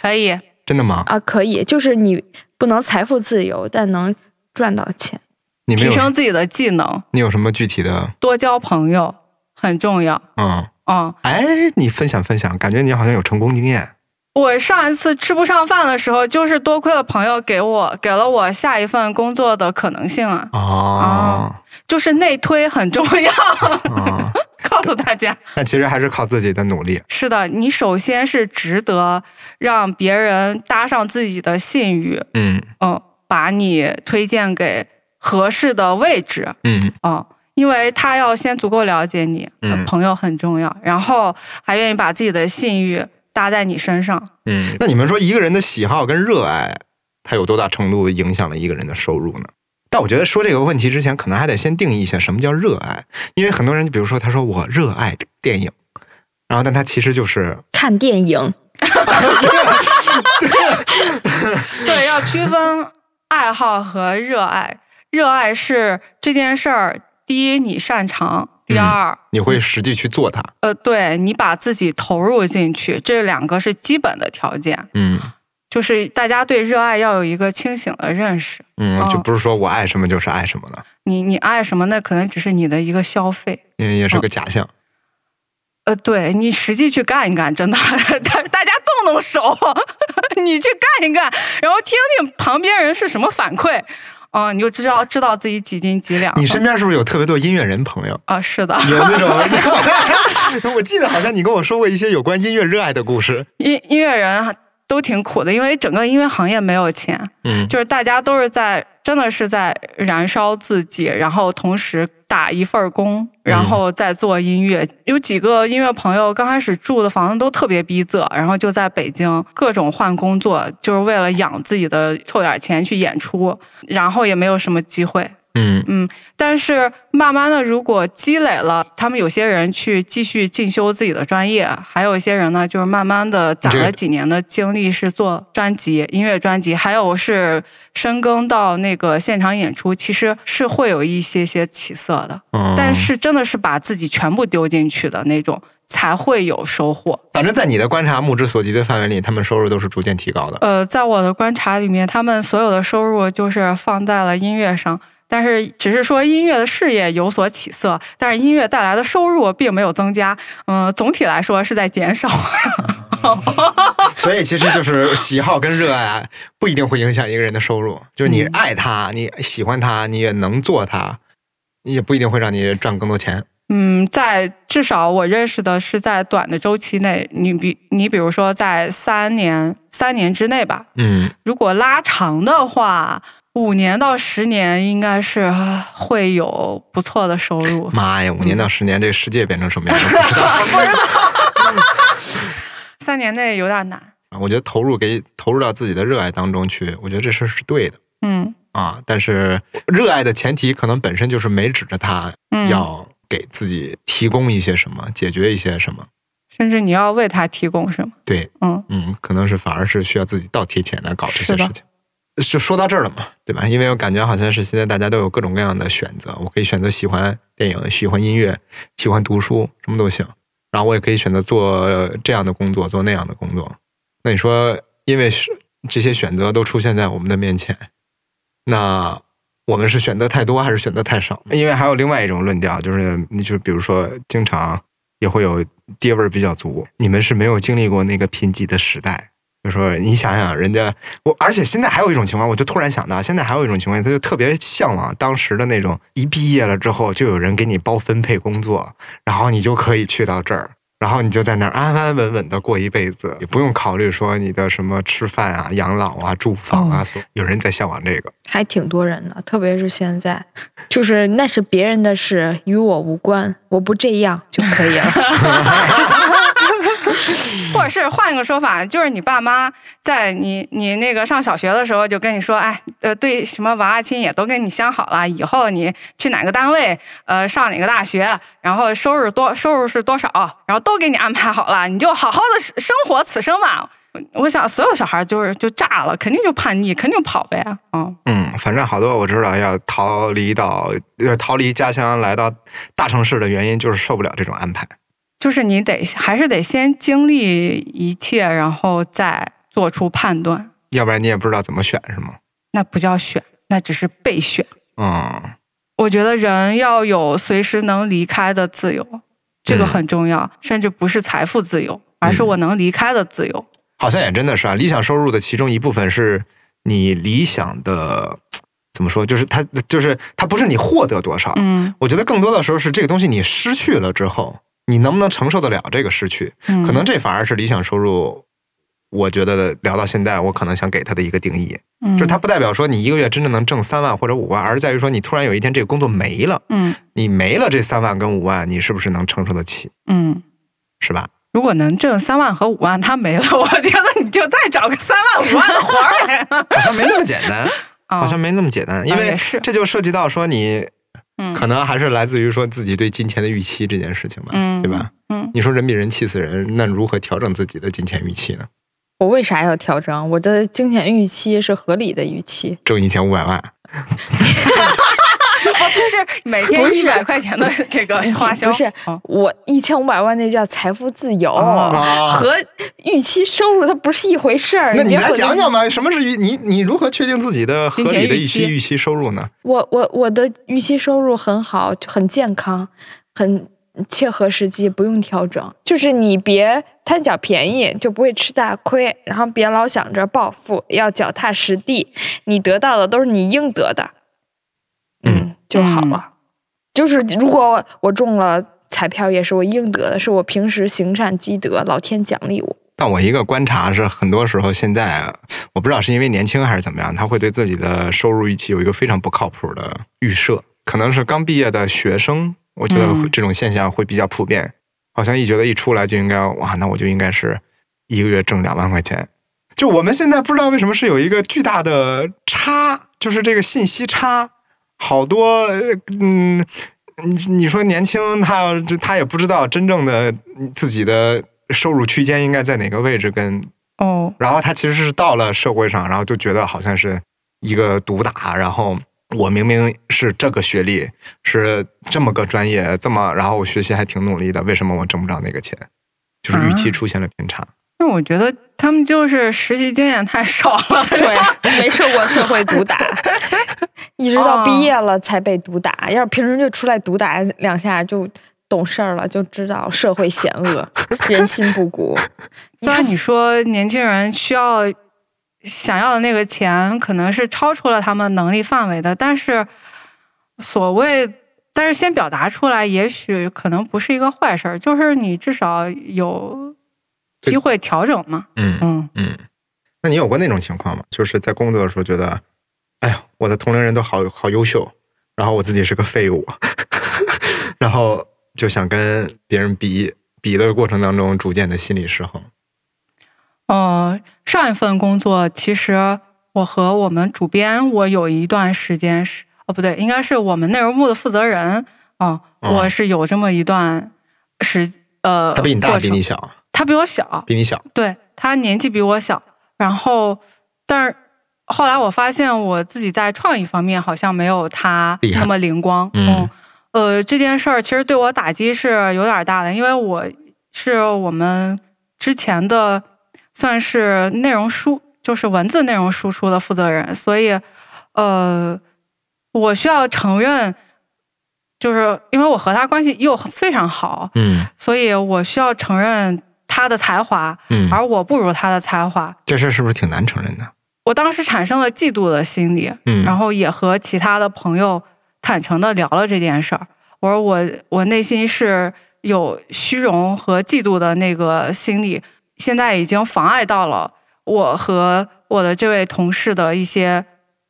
S4: 可以。
S2: 真的吗？
S3: 啊，可以，就是你不能财富自由，但能赚到钱。
S2: 你们
S4: 提升
S2: 有
S4: 自己的技能，
S2: 你有什么具体的？
S4: 多交朋友很重要。
S2: 嗯，
S4: 嗯，
S2: 哎，你分享分享，感觉你好像有成功经验。
S4: 我上一次吃不上饭的时候，就是多亏了朋友给我给了我下一份工作的可能性啊，
S2: 哦，
S4: 就是内推很重要。
S2: 哦
S4: [laughs] 告诉大家，
S2: 但其实还是靠自己的努力。
S4: 是的，你首先是值得让别人搭上自己的信誉，
S2: 嗯
S4: 嗯，把你推荐给合适的位置，
S2: 嗯
S4: 哦，因为他要先足够了解你，
S2: 嗯
S4: 朋友很重要，然后还愿意把自己的信誉搭在你身上。
S2: 嗯。那你们说一个人的喜好跟热爱，它有多大程度影响了一个人的收入呢？但我觉得说这个问题之前，可能还得先定义一下什么叫热爱，因为很多人，比如说他说我热爱电影，然后但他其实就是
S3: 看电影，
S4: 对，要区分爱好和热爱。热爱是这件事儿，第一你擅长，第
S2: 嗯
S4: 二、
S2: 你会实际去做它。
S4: 呃，对你把自己投入进去，这两个是基本的条件。
S2: 嗯
S4: 就是大家对热爱要有一个清醒的认识。
S2: 嗯，就
S4: 哦
S2: 不是说我爱什么就是爱什么了，
S4: 你你爱什么，那可能只是你的一个消费。
S2: 也也是个假象。
S4: 呃，对你实际去干一干，真的，大大家动 [laughs] 动手，你去干一干，然后听听旁边人是什么反馈，嗯，你就知道知道自己几斤几两了。
S2: 你身边是不是有特别多音乐人朋 [laughs] 友？
S4: 啊，是的，
S2: 有那种， [laughs] 我记得好像你跟我说过一些有关音乐热爱的故事。
S4: 音音乐人啊都挺苦的，因为整个音乐行业没有钱，
S2: 嗯，
S4: 就是大家都是在真的是在燃烧自己，然后同时打一份工，然后再做音乐。有几个音乐朋友刚开始住的房子都特别逼仄，然后就在北京各种换工作，就是为了养自己的，凑点钱去演出，然后也没有什么机会。
S2: 嗯
S4: 但是慢慢的，如果积累了，他们有些人去继续进修自己的专业，还有一些人呢，就是慢慢的攒
S2: 这个
S4: 了几年的经历，是做专辑、音乐专辑，还有是深耕到那个现场演出，其实是会有一些些起色的。
S2: 嗯
S4: 但是真的是把自己全部丢进去的那种，才会有收获。
S2: 反正在你的观察目之所及的范围里，他们收入都是逐渐提
S4: [laughs]
S2: 高的。
S4: 呃，在我的观察里面，他们所有的收入就是放在了音乐上，但是只是说音乐的事业有所起色，但是音乐带来的收入并没有增加，嗯、总体来说是在减少。 [laughs]
S2: 所以其实就是喜好跟热爱不一定会影响一个人的收入，就是你爱他，你喜欢他，你也能做他，也不一定会让你赚更多钱。
S4: 嗯，在至少我认识的是在短的周期内，你比你比如说在三年三年之内吧，
S2: 嗯，
S4: 如果拉长的话，五年到十年应该是啊会有不错的收入。
S2: 妈哎呀，五年到十年，这世界变成什么样了？不知道。
S4: 三年内有点难，
S2: 啊我觉得投入给投入到自己的热爱当中去，我觉得这事儿是对的
S4: 嗯
S2: 啊。但是热爱的前提可能本身就是没指着他
S4: 嗯，
S2: 要给自己提供一些什么，解决一些什么。
S4: 甚至你要为他提供什么？
S2: 对，
S4: 嗯
S2: 嗯，可能是反而是需要自己倒贴钱来搞这些
S4: 是的
S2: 事情。就说到这儿了嘛，对吧？因为我感觉好像是现在大家都有各种各样的选择，我可以选择喜欢电影、喜欢音乐、喜欢读书，什么都行。然后我也可以选择做呃这样的工作，做那样的工作。那你说，因为是这些选择都出现在我们的面前，那我们是选择太多还是选择太少？因为还有另外一种论调，就是你就比如说，经常也会有爹味儿比较足，你们是没有经历过那个贫瘠的时代。就说你想想，人家我，而且现在还有一种情况，我就突然想到，现在还有一种情况，他就特别向往当时的那种，一毕业了之后就有人给你包分配工作，然后你就可以去到这儿，然后你就在那儿安安稳稳的过一辈子，也不用考虑说你的什么吃饭啊、养老啊、住房啊，所有人在向往这个。
S3: 还挺多人的，特别是现在，就是那是别人的事，与我无关，我不这样就可以了。
S4: 或者是换一个说法，就是你爸妈在你你那个上小学的时候就跟你说，哎，呃，对什么娃娃亲也都跟你想好了，以后你去哪个单位，呃，上哪个大学，然后收入多收入是多少，然后都给你安排好了，你就好好的生活此生吧。 [laughs] 我想所有小孩就是就炸了，肯定就叛逆，肯定跑呗，嗯，
S2: 嗯，反正好多我知道要逃离到呃逃离家乡来到大城市的原因，就是受不了这种安排。
S4: 就是你得还是得先经历一切，然后再做出判断，
S2: 要不然你也不知道怎么选，是吗？
S4: 那不叫选，那只是备选。
S2: 嗯，
S4: 我觉得人要有随时能离开的自由，这
S3: 嗯
S4: 个很重要，甚至不是财富自由，而是我能离开的自由。
S2: 好像也真的是啊。理想收入的其中一部分是你理想的怎么说？就是它，就是它不是你获得多少，
S4: 嗯，
S2: 我觉得更多的时候是这个东西你失去了之后，你能不能承受得了这个失去？
S4: 嗯
S2: 可能这反而是理想收入。我觉得聊到现在，我可能想给它的一个定义，
S3: 嗯
S4: 嗯
S2: 就是它，不代表说你一个月真正能挣三万或者五万，而是在于说你突然有一天这个工作没了，
S4: 嗯
S2: 你没了这三万跟五万，你是不是能承受得起，
S4: 嗯，
S2: 是吧？
S4: 如果能挣三万和五万，他没了， [laughs] 我觉得你就再找个三万五万的活儿 [laughs] 呗。
S2: 好像没那么简
S4: [laughs]
S2: 单，
S4: 啊
S2: 好像没那么简单，因为
S4: 哦也是
S2: 这就涉及到说你
S4: 嗯
S2: 可能还是来自于说自己对金钱的预期这件事情吧，
S4: 嗯
S2: 对吧？
S4: 嗯
S2: 你说人比人气死人，那如何调整自己的金钱预期呢？
S3: 我为啥要调整？我的金钱预期是合理的预期，
S2: 挣一千五百万，
S4: 是每天
S3: 不
S4: 一
S3: 是
S4: 百块钱的这个花销，
S3: [laughs] 不是
S4: 哦
S3: 我一千五百万那叫财富自由，
S2: 哦
S3: 和预期收入它不是一回事儿。
S2: 那你
S3: 别
S2: 来
S3: 混
S2: 讲讲吧，什么是预你你如何确定自己的合理的预
S4: 金
S2: 期
S4: 钱
S2: 预期收入呢？
S3: 我我我的预期收入很好，就很健康，很切合实际，不用调整。就是你别贪小便宜，就不会吃大亏，然后别老想着暴富，要脚踏实地。你得到的都是你应得的，嗯就好了。就是如果我中了彩票，也是我应得的，是我平时行善积德，老天奖励我。
S2: 但我一个观察是，很多时候现在我不知道是因为年轻还是怎么样，他会对自己的收入预期有一个非常不靠谱的预设，可能是刚毕业的学生，我觉得
S4: 嗯
S2: 这种现象会比较普遍，好像一觉得一出来就应该哇，那我就应该是一个月挣两万块钱。就我们现在不知道为什么是有一个巨大的差，就是这个信息差，好多呃嗯你你说年轻，他要就他也不知道真正的嗯自己的收入区间应该在哪个位置跟，
S4: 哦，
S2: 然后他其实是到了社会上，然后就觉得好像是一个毒打，然后我明明是这个学历，是这么个专业，这么然后我学习还挺努力的，为什么我挣不着那个钱？就是预期
S4: 啊
S2: 出现了偏差。
S4: 那我觉得他们就是实习经验太少了。
S3: [laughs] 对，没受过社会毒打，一直到毕业了才被毒打。要是平时就出来毒打两下就。懂事儿了就知道社会险恶，人心不古。
S4: 虽然你说年轻人需要想要的那个钱，可能是超出了他们能力范围的，但是所谓，但是先表达出来，也许可能不是一个坏事儿，就是你至少有机会调整嘛。
S2: 嗯
S4: 嗯，
S2: 嗯，那你有过那种情况吗？就是在工作的时候觉得，哎呀，我的同龄人都好好优秀，然后我自己是个废物， [laughs] 然后就想跟别人比，比的过程当中逐渐的心理失衡。
S4: 呃，上一份工作其实我和我们主编，我有一段时间是哦不对，应该是我们内容部的负责人哦，
S2: 嗯
S4: 我是有这么一段时呃，
S2: 他比你大，
S4: 过
S2: 比
S4: 程
S2: 你小，
S4: 他比我小，
S2: 比你小。
S4: 对他年纪比我小，然后但是后来我发现我自己在创意方面好像没有他
S2: 厉害
S4: 那么灵光，
S2: 嗯
S4: 呃，这件事儿其实对我打击是有点大的，因为我是我们之前的算是内容输，就是文字内容输出的负责人，所以呃，我需要承认，就是因为我和他关系又非常好，
S2: 嗯
S4: 所以我需要承认他的才华，
S2: 嗯
S4: 而我不如他的才华。
S2: 这事儿是不是挺难承认的？
S4: 我当时产生了嫉妒的心理，
S2: 嗯
S4: 然后也和其他的朋友坦诚的聊了这件事儿。我说我我内心是有虚荣和嫉妒的那个心理，现在已经妨碍到了我和我的这位同事的一些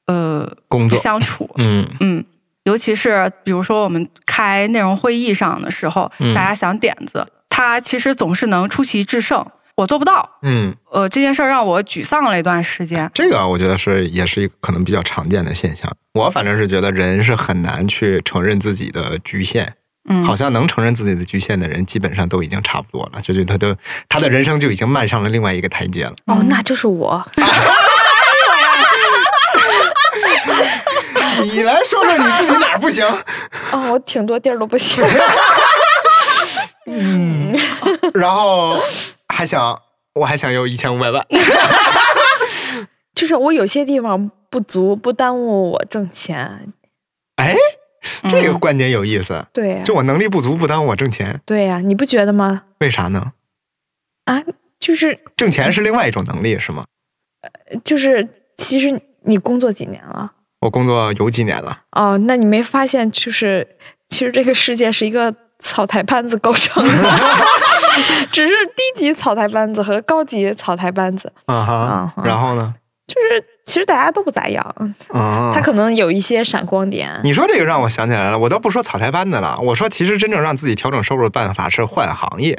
S4: 呃
S2: 工作
S4: 相处。
S2: [laughs] 嗯
S4: 嗯，尤其是比如说我们开内容会议上的时候，
S2: 嗯
S4: 大家想点子，他其实总是能出奇制胜，我做不到。
S2: 嗯，
S4: 呃，这件事儿让我沮丧了一段时间。
S2: 这个我觉得是也是一个可能比较常见的现象。我反正是觉得人是很难去承认自己的局限，
S4: 嗯，
S2: 好像能承认自己的局限的人，基本上都已经差不多了，就是他的他的人生就已经迈上了另外一个台阶了。
S3: 哦，那就是我。
S2: 你来说说你自己哪儿不行？
S3: 哦，我挺多地儿都不行。 [laughs] 嗯，
S2: 然后还想，我还想有一千五百万。
S3: 就是我有些地方不足，不耽误我挣钱。
S2: 哎，
S4: 嗯
S2: 这个观点有意思。
S3: 对呀、
S2: 就我能力不足，不耽误我挣钱，
S3: 对呀、你不觉得吗？
S2: 为啥呢？
S3: 啊，就是
S2: 挣钱是另外一种能力，是吗？
S3: 就是，其实你工作几年了？
S2: 我工作有几年了，
S3: 哦，那你没发现，就是其实这个世界是一个草台班子构
S2: [laughs]
S3: 成的， [laughs] 只是低级草台班子和高级草台班子，
S2: 啊
S3: 啊
S2: 哈
S3: 哈。
S2: 然后呢？
S3: 就是其实大家都不咋样，
S2: 啊
S3: 他，可能有一些闪光点。
S2: 你说这个让我想起来了，我倒不说草台班子了，我说其实真正让自己调整收入的办法是换行业。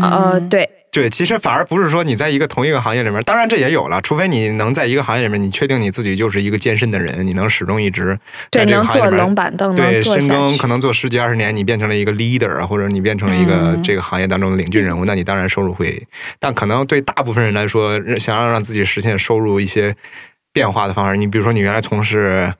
S3: 呃，
S4: 嗯，
S3: 对，
S2: 对，其实反而不是说你在一个同一个行业里面，当然这也有了，除非你能在一个行业里面，你确定你自己就是一个健身的人，你能始终一直在
S3: 对，
S2: 哎这个
S3: 能
S2: 行业
S3: 坐
S2: 里面
S3: 冷板凳，能
S2: 对，
S3: 坐
S2: 深
S3: 下
S2: 耕
S3: 去
S2: 可。能做十几二十年，你变成了一个 leader，或者啊你变成了一个
S4: 嗯
S2: 这个行业当中的领军人物，那你当然收入会，但可能对大部分人来说，想要让自己实现收入一些变化的方式，你比如说你原来从事，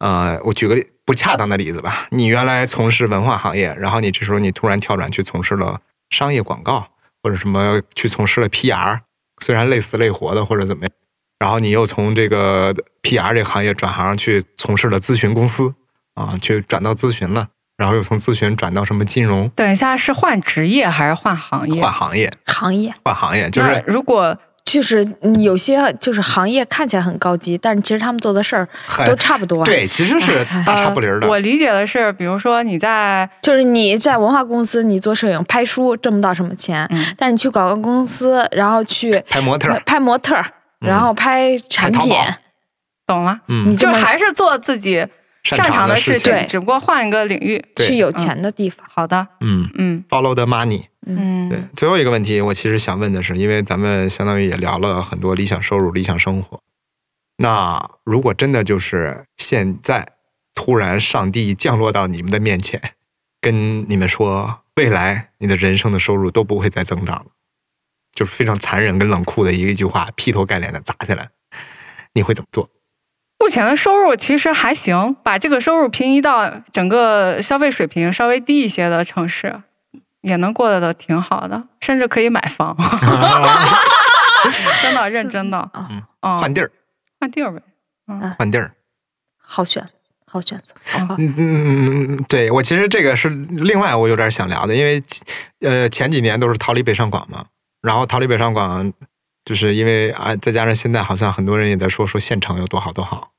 S2: 呃，我举个例不恰当的例子吧，你原来从事文化行业，然后你这时候你突然跳转去从事了商业广告，或者什么去从事了 PR，虽然累死累活的或者怎么样。然后你又从这个 PR 这个行业转行去从事了咨询公司啊，去转到咨询了，然后又从咨询转到什么金融，
S4: 等一下是换职业还是换行业？
S2: 换行业，
S3: 行业
S2: 换行业就是
S4: 那如果
S3: 就是嗯有些就是行业看起来很高级，但是其实他们做的事儿
S2: 很
S3: 都差不多。，
S2: 对，其实是大差不离儿的。
S4: 呃我理解的是，比如说你在
S3: 就是你在文化公司，你做摄影拍书挣不到什么钱，
S4: 嗯
S3: 但是你去广告公司，然后去
S2: 拍模特儿
S3: 拍拍模特儿，
S2: 嗯
S3: 然后拍产
S2: 淘
S3: 品，
S2: 宝
S4: 懂了，
S2: 嗯
S3: 你，
S4: 就
S3: 这么
S4: 还是做自己
S2: 擅
S4: 擅
S2: 长
S4: 长
S2: 的
S4: 的
S2: 事
S4: 事
S2: 情
S4: 情，只不过换一个领域。
S2: 对
S3: 去有钱的地方。
S4: 好的，
S2: 嗯
S4: 嗯
S2: ，follow the money。
S4: 嗯，
S2: 对，最后一个问题，我其实想问的是，因为咱们相当于也聊了很多理想收入、理想生活。那如果真的就是现在突然上帝降落到你们的面前，跟你们说未来你的人生的收入都不会再增长了，就是非常残忍跟冷酷的一个一句话，劈头盖脸的砸下来，你会怎么做？
S4: 目前的收入其实还行，把这个收入平移到整个消费水平稍微低一些的城市，也能过得的挺好的，甚至可以买
S2: [laughs]
S4: 房。 [laughs] 真的，认真的，
S3: 啊
S4: 嗯，
S2: 换地儿，
S4: 换地儿呗。
S2: 换地儿。
S3: 好选，好选择。好
S2: 嗯嗯嗯，嗯，对我其实这个是另外我有点想聊的，因为呃前几年都是逃离北上广嘛，然后逃离北上广，就是因为啊再加上现在好像很多人也在说说县城有多好多好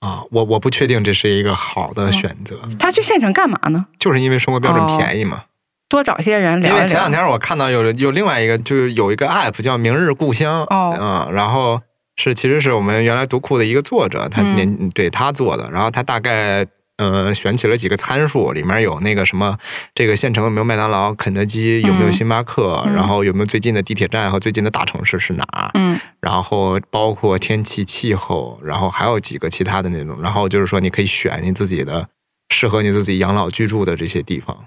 S2: 啊，我我不确定这是一个好的选择，
S4: 他去县城干嘛呢？
S2: 就是因为生活标准便宜嘛。
S4: 多找些人聊
S2: 因
S4: 一
S2: 为
S4: 聊。
S2: 前两天我看到有有另外一个就是有一个 app 叫《明日故乡》，
S4: 哦
S2: 嗯，然后是其实是我们原来读库的一个作者，他
S4: 嗯
S2: 年、对他做的，然后他大概。呃，选起了几个参数，里面有那个什么，这个县城有没有麦当劳、肯德基，有没有
S4: 嗯
S2: 星巴克，
S4: 嗯
S2: 然后有没有最近的地铁站和最近的大城市是哪儿，
S4: 嗯
S2: 然后包括天气、气候，然后还有几个其他的那种，然后就是说你可以选你自己的适合你自己养老居住的这些地方。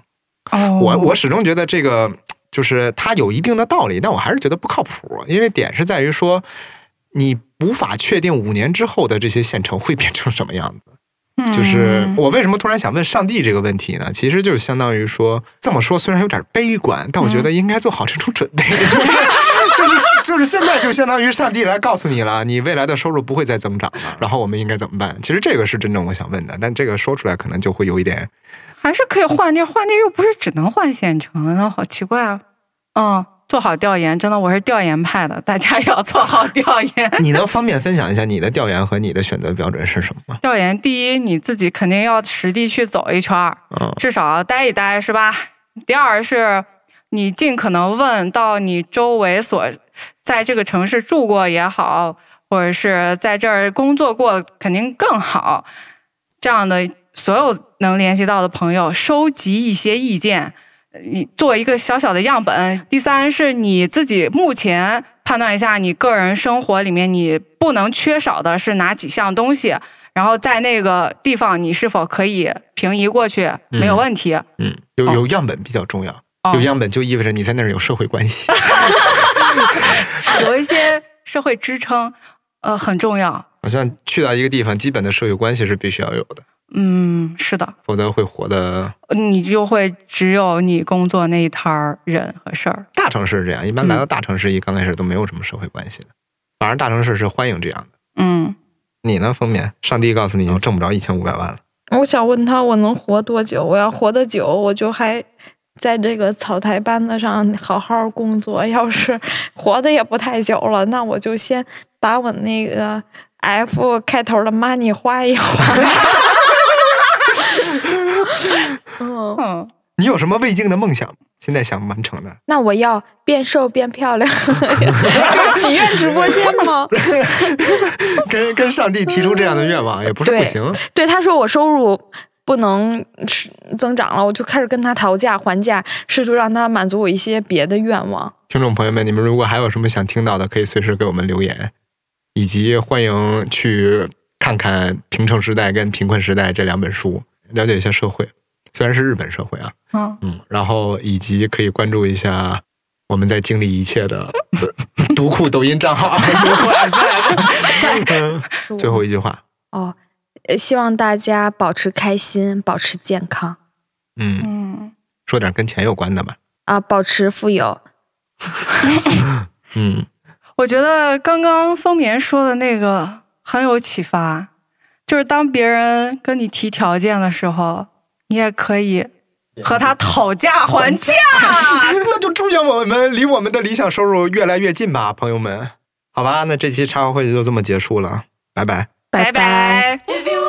S4: 哦，
S2: 我我始终觉得这个就是它有一定的道理，但我还是觉得不靠谱，因为点是在于说你无法确定五年之后的这些县城会变成什么样子。就是
S4: 嗯
S2: 我为什么突然想问上帝这个问题呢？其实就是相当于说，这么说虽然有点悲观，但我觉得
S4: 嗯
S2: 应该做好这种准备， [laughs] 就是。就是就是现在就相当于上帝来告诉你了，你未来的收入不会再增长了，然后我们应该怎么办？其实这个是真正我想问的，但这个说出来可能就会有一点。
S4: 还是可以换地儿，换地儿又不是只能换县城，那好奇怪啊。嗯，做好调研，真的我是调研派的， [laughs] 大家要做好调研 [laughs]
S2: [laughs] 你能方便分享一下你的调研和你的选择标准是什么吗？
S4: 调研第一，你自己肯定要实地去走一圈儿，
S2: 嗯
S4: 至少要待一待，是吧？第二是，你尽可能问到你周围所在这个城市住过也好，或者是在这儿工作过，肯定更好。这样的所有能联系到的朋友，收集一些意见，你做一个小小的样本。第三是你自己目前判断一下，你个人生活里面你不能缺少的是哪几项东西，然后在那个地方你是否可以平移过去，没有问题。
S2: 嗯，有
S4: 哦
S2: 有样本比较重要，
S4: 哦
S2: 有样本就意味着你在那儿有社会关 [laughs] 系。
S4: 有一些社会支撑，呃，很重要。
S2: 好像去到一个地方，基本的社会关系是必须要有的，
S4: 嗯，是的，
S2: 否则会活的。
S4: 你就会只有你工作那一摊儿人和事儿。
S2: 大城市是这样，一般来到大城市一刚开始都没有什么社会关系的，反而大城市是欢迎这样的。
S4: 嗯，
S2: 你呢，封面？上帝告诉你挣不着一千五百万了，
S3: 我想问他，我能活多久？我要活得久，我就还在这个草台班子上好好工作。要是活的也不太久了，那我就先把我那个 F 开头的 money 花 [laughs] 一花。嗯，
S4: 嗯，
S2: 你有什么未尽的梦想吗？现在想完成的？
S3: 那我要变瘦变漂亮， [laughs] 这是许愿直播间吗？
S2: [laughs] 跟跟上帝提出这样的愿望也不是不行。
S3: 对，他说我收入不能是增长了，我就开始跟他讨价还价，试图让他满足我一些别的愿望。
S2: 听众朋友们，你们如果还有什么想听到的，可以随时给我们留言，以及欢迎去看看《平成时代》跟《贫困时代》这两本书，了解一下社会，虽然是日本社会啊，
S4: 嗯，
S2: 嗯，然后以及可以关注一下我们在经历一切的读库抖音账号，读库
S4: [laughs]
S2: app，嗯最后一句话，
S3: 哦，呃希望大家保持开心，保持健康
S2: 嗯，
S4: 嗯，
S2: 说点跟钱有关的吧，
S3: 啊，保持富有。
S2: 嗯，
S4: 我觉得刚刚风眠说的那个很有启发，就是当别人跟你提条件的时候，你也可以和他讨价还价。啊
S2: [laughs] 那就祝愿我们离我们的理想收入越来越近吧，朋友们。好吧，那这期茶话会就这么结束了，拜拜。
S5: 拜
S6: 拜。
S5: [laughs] 拜
S4: If you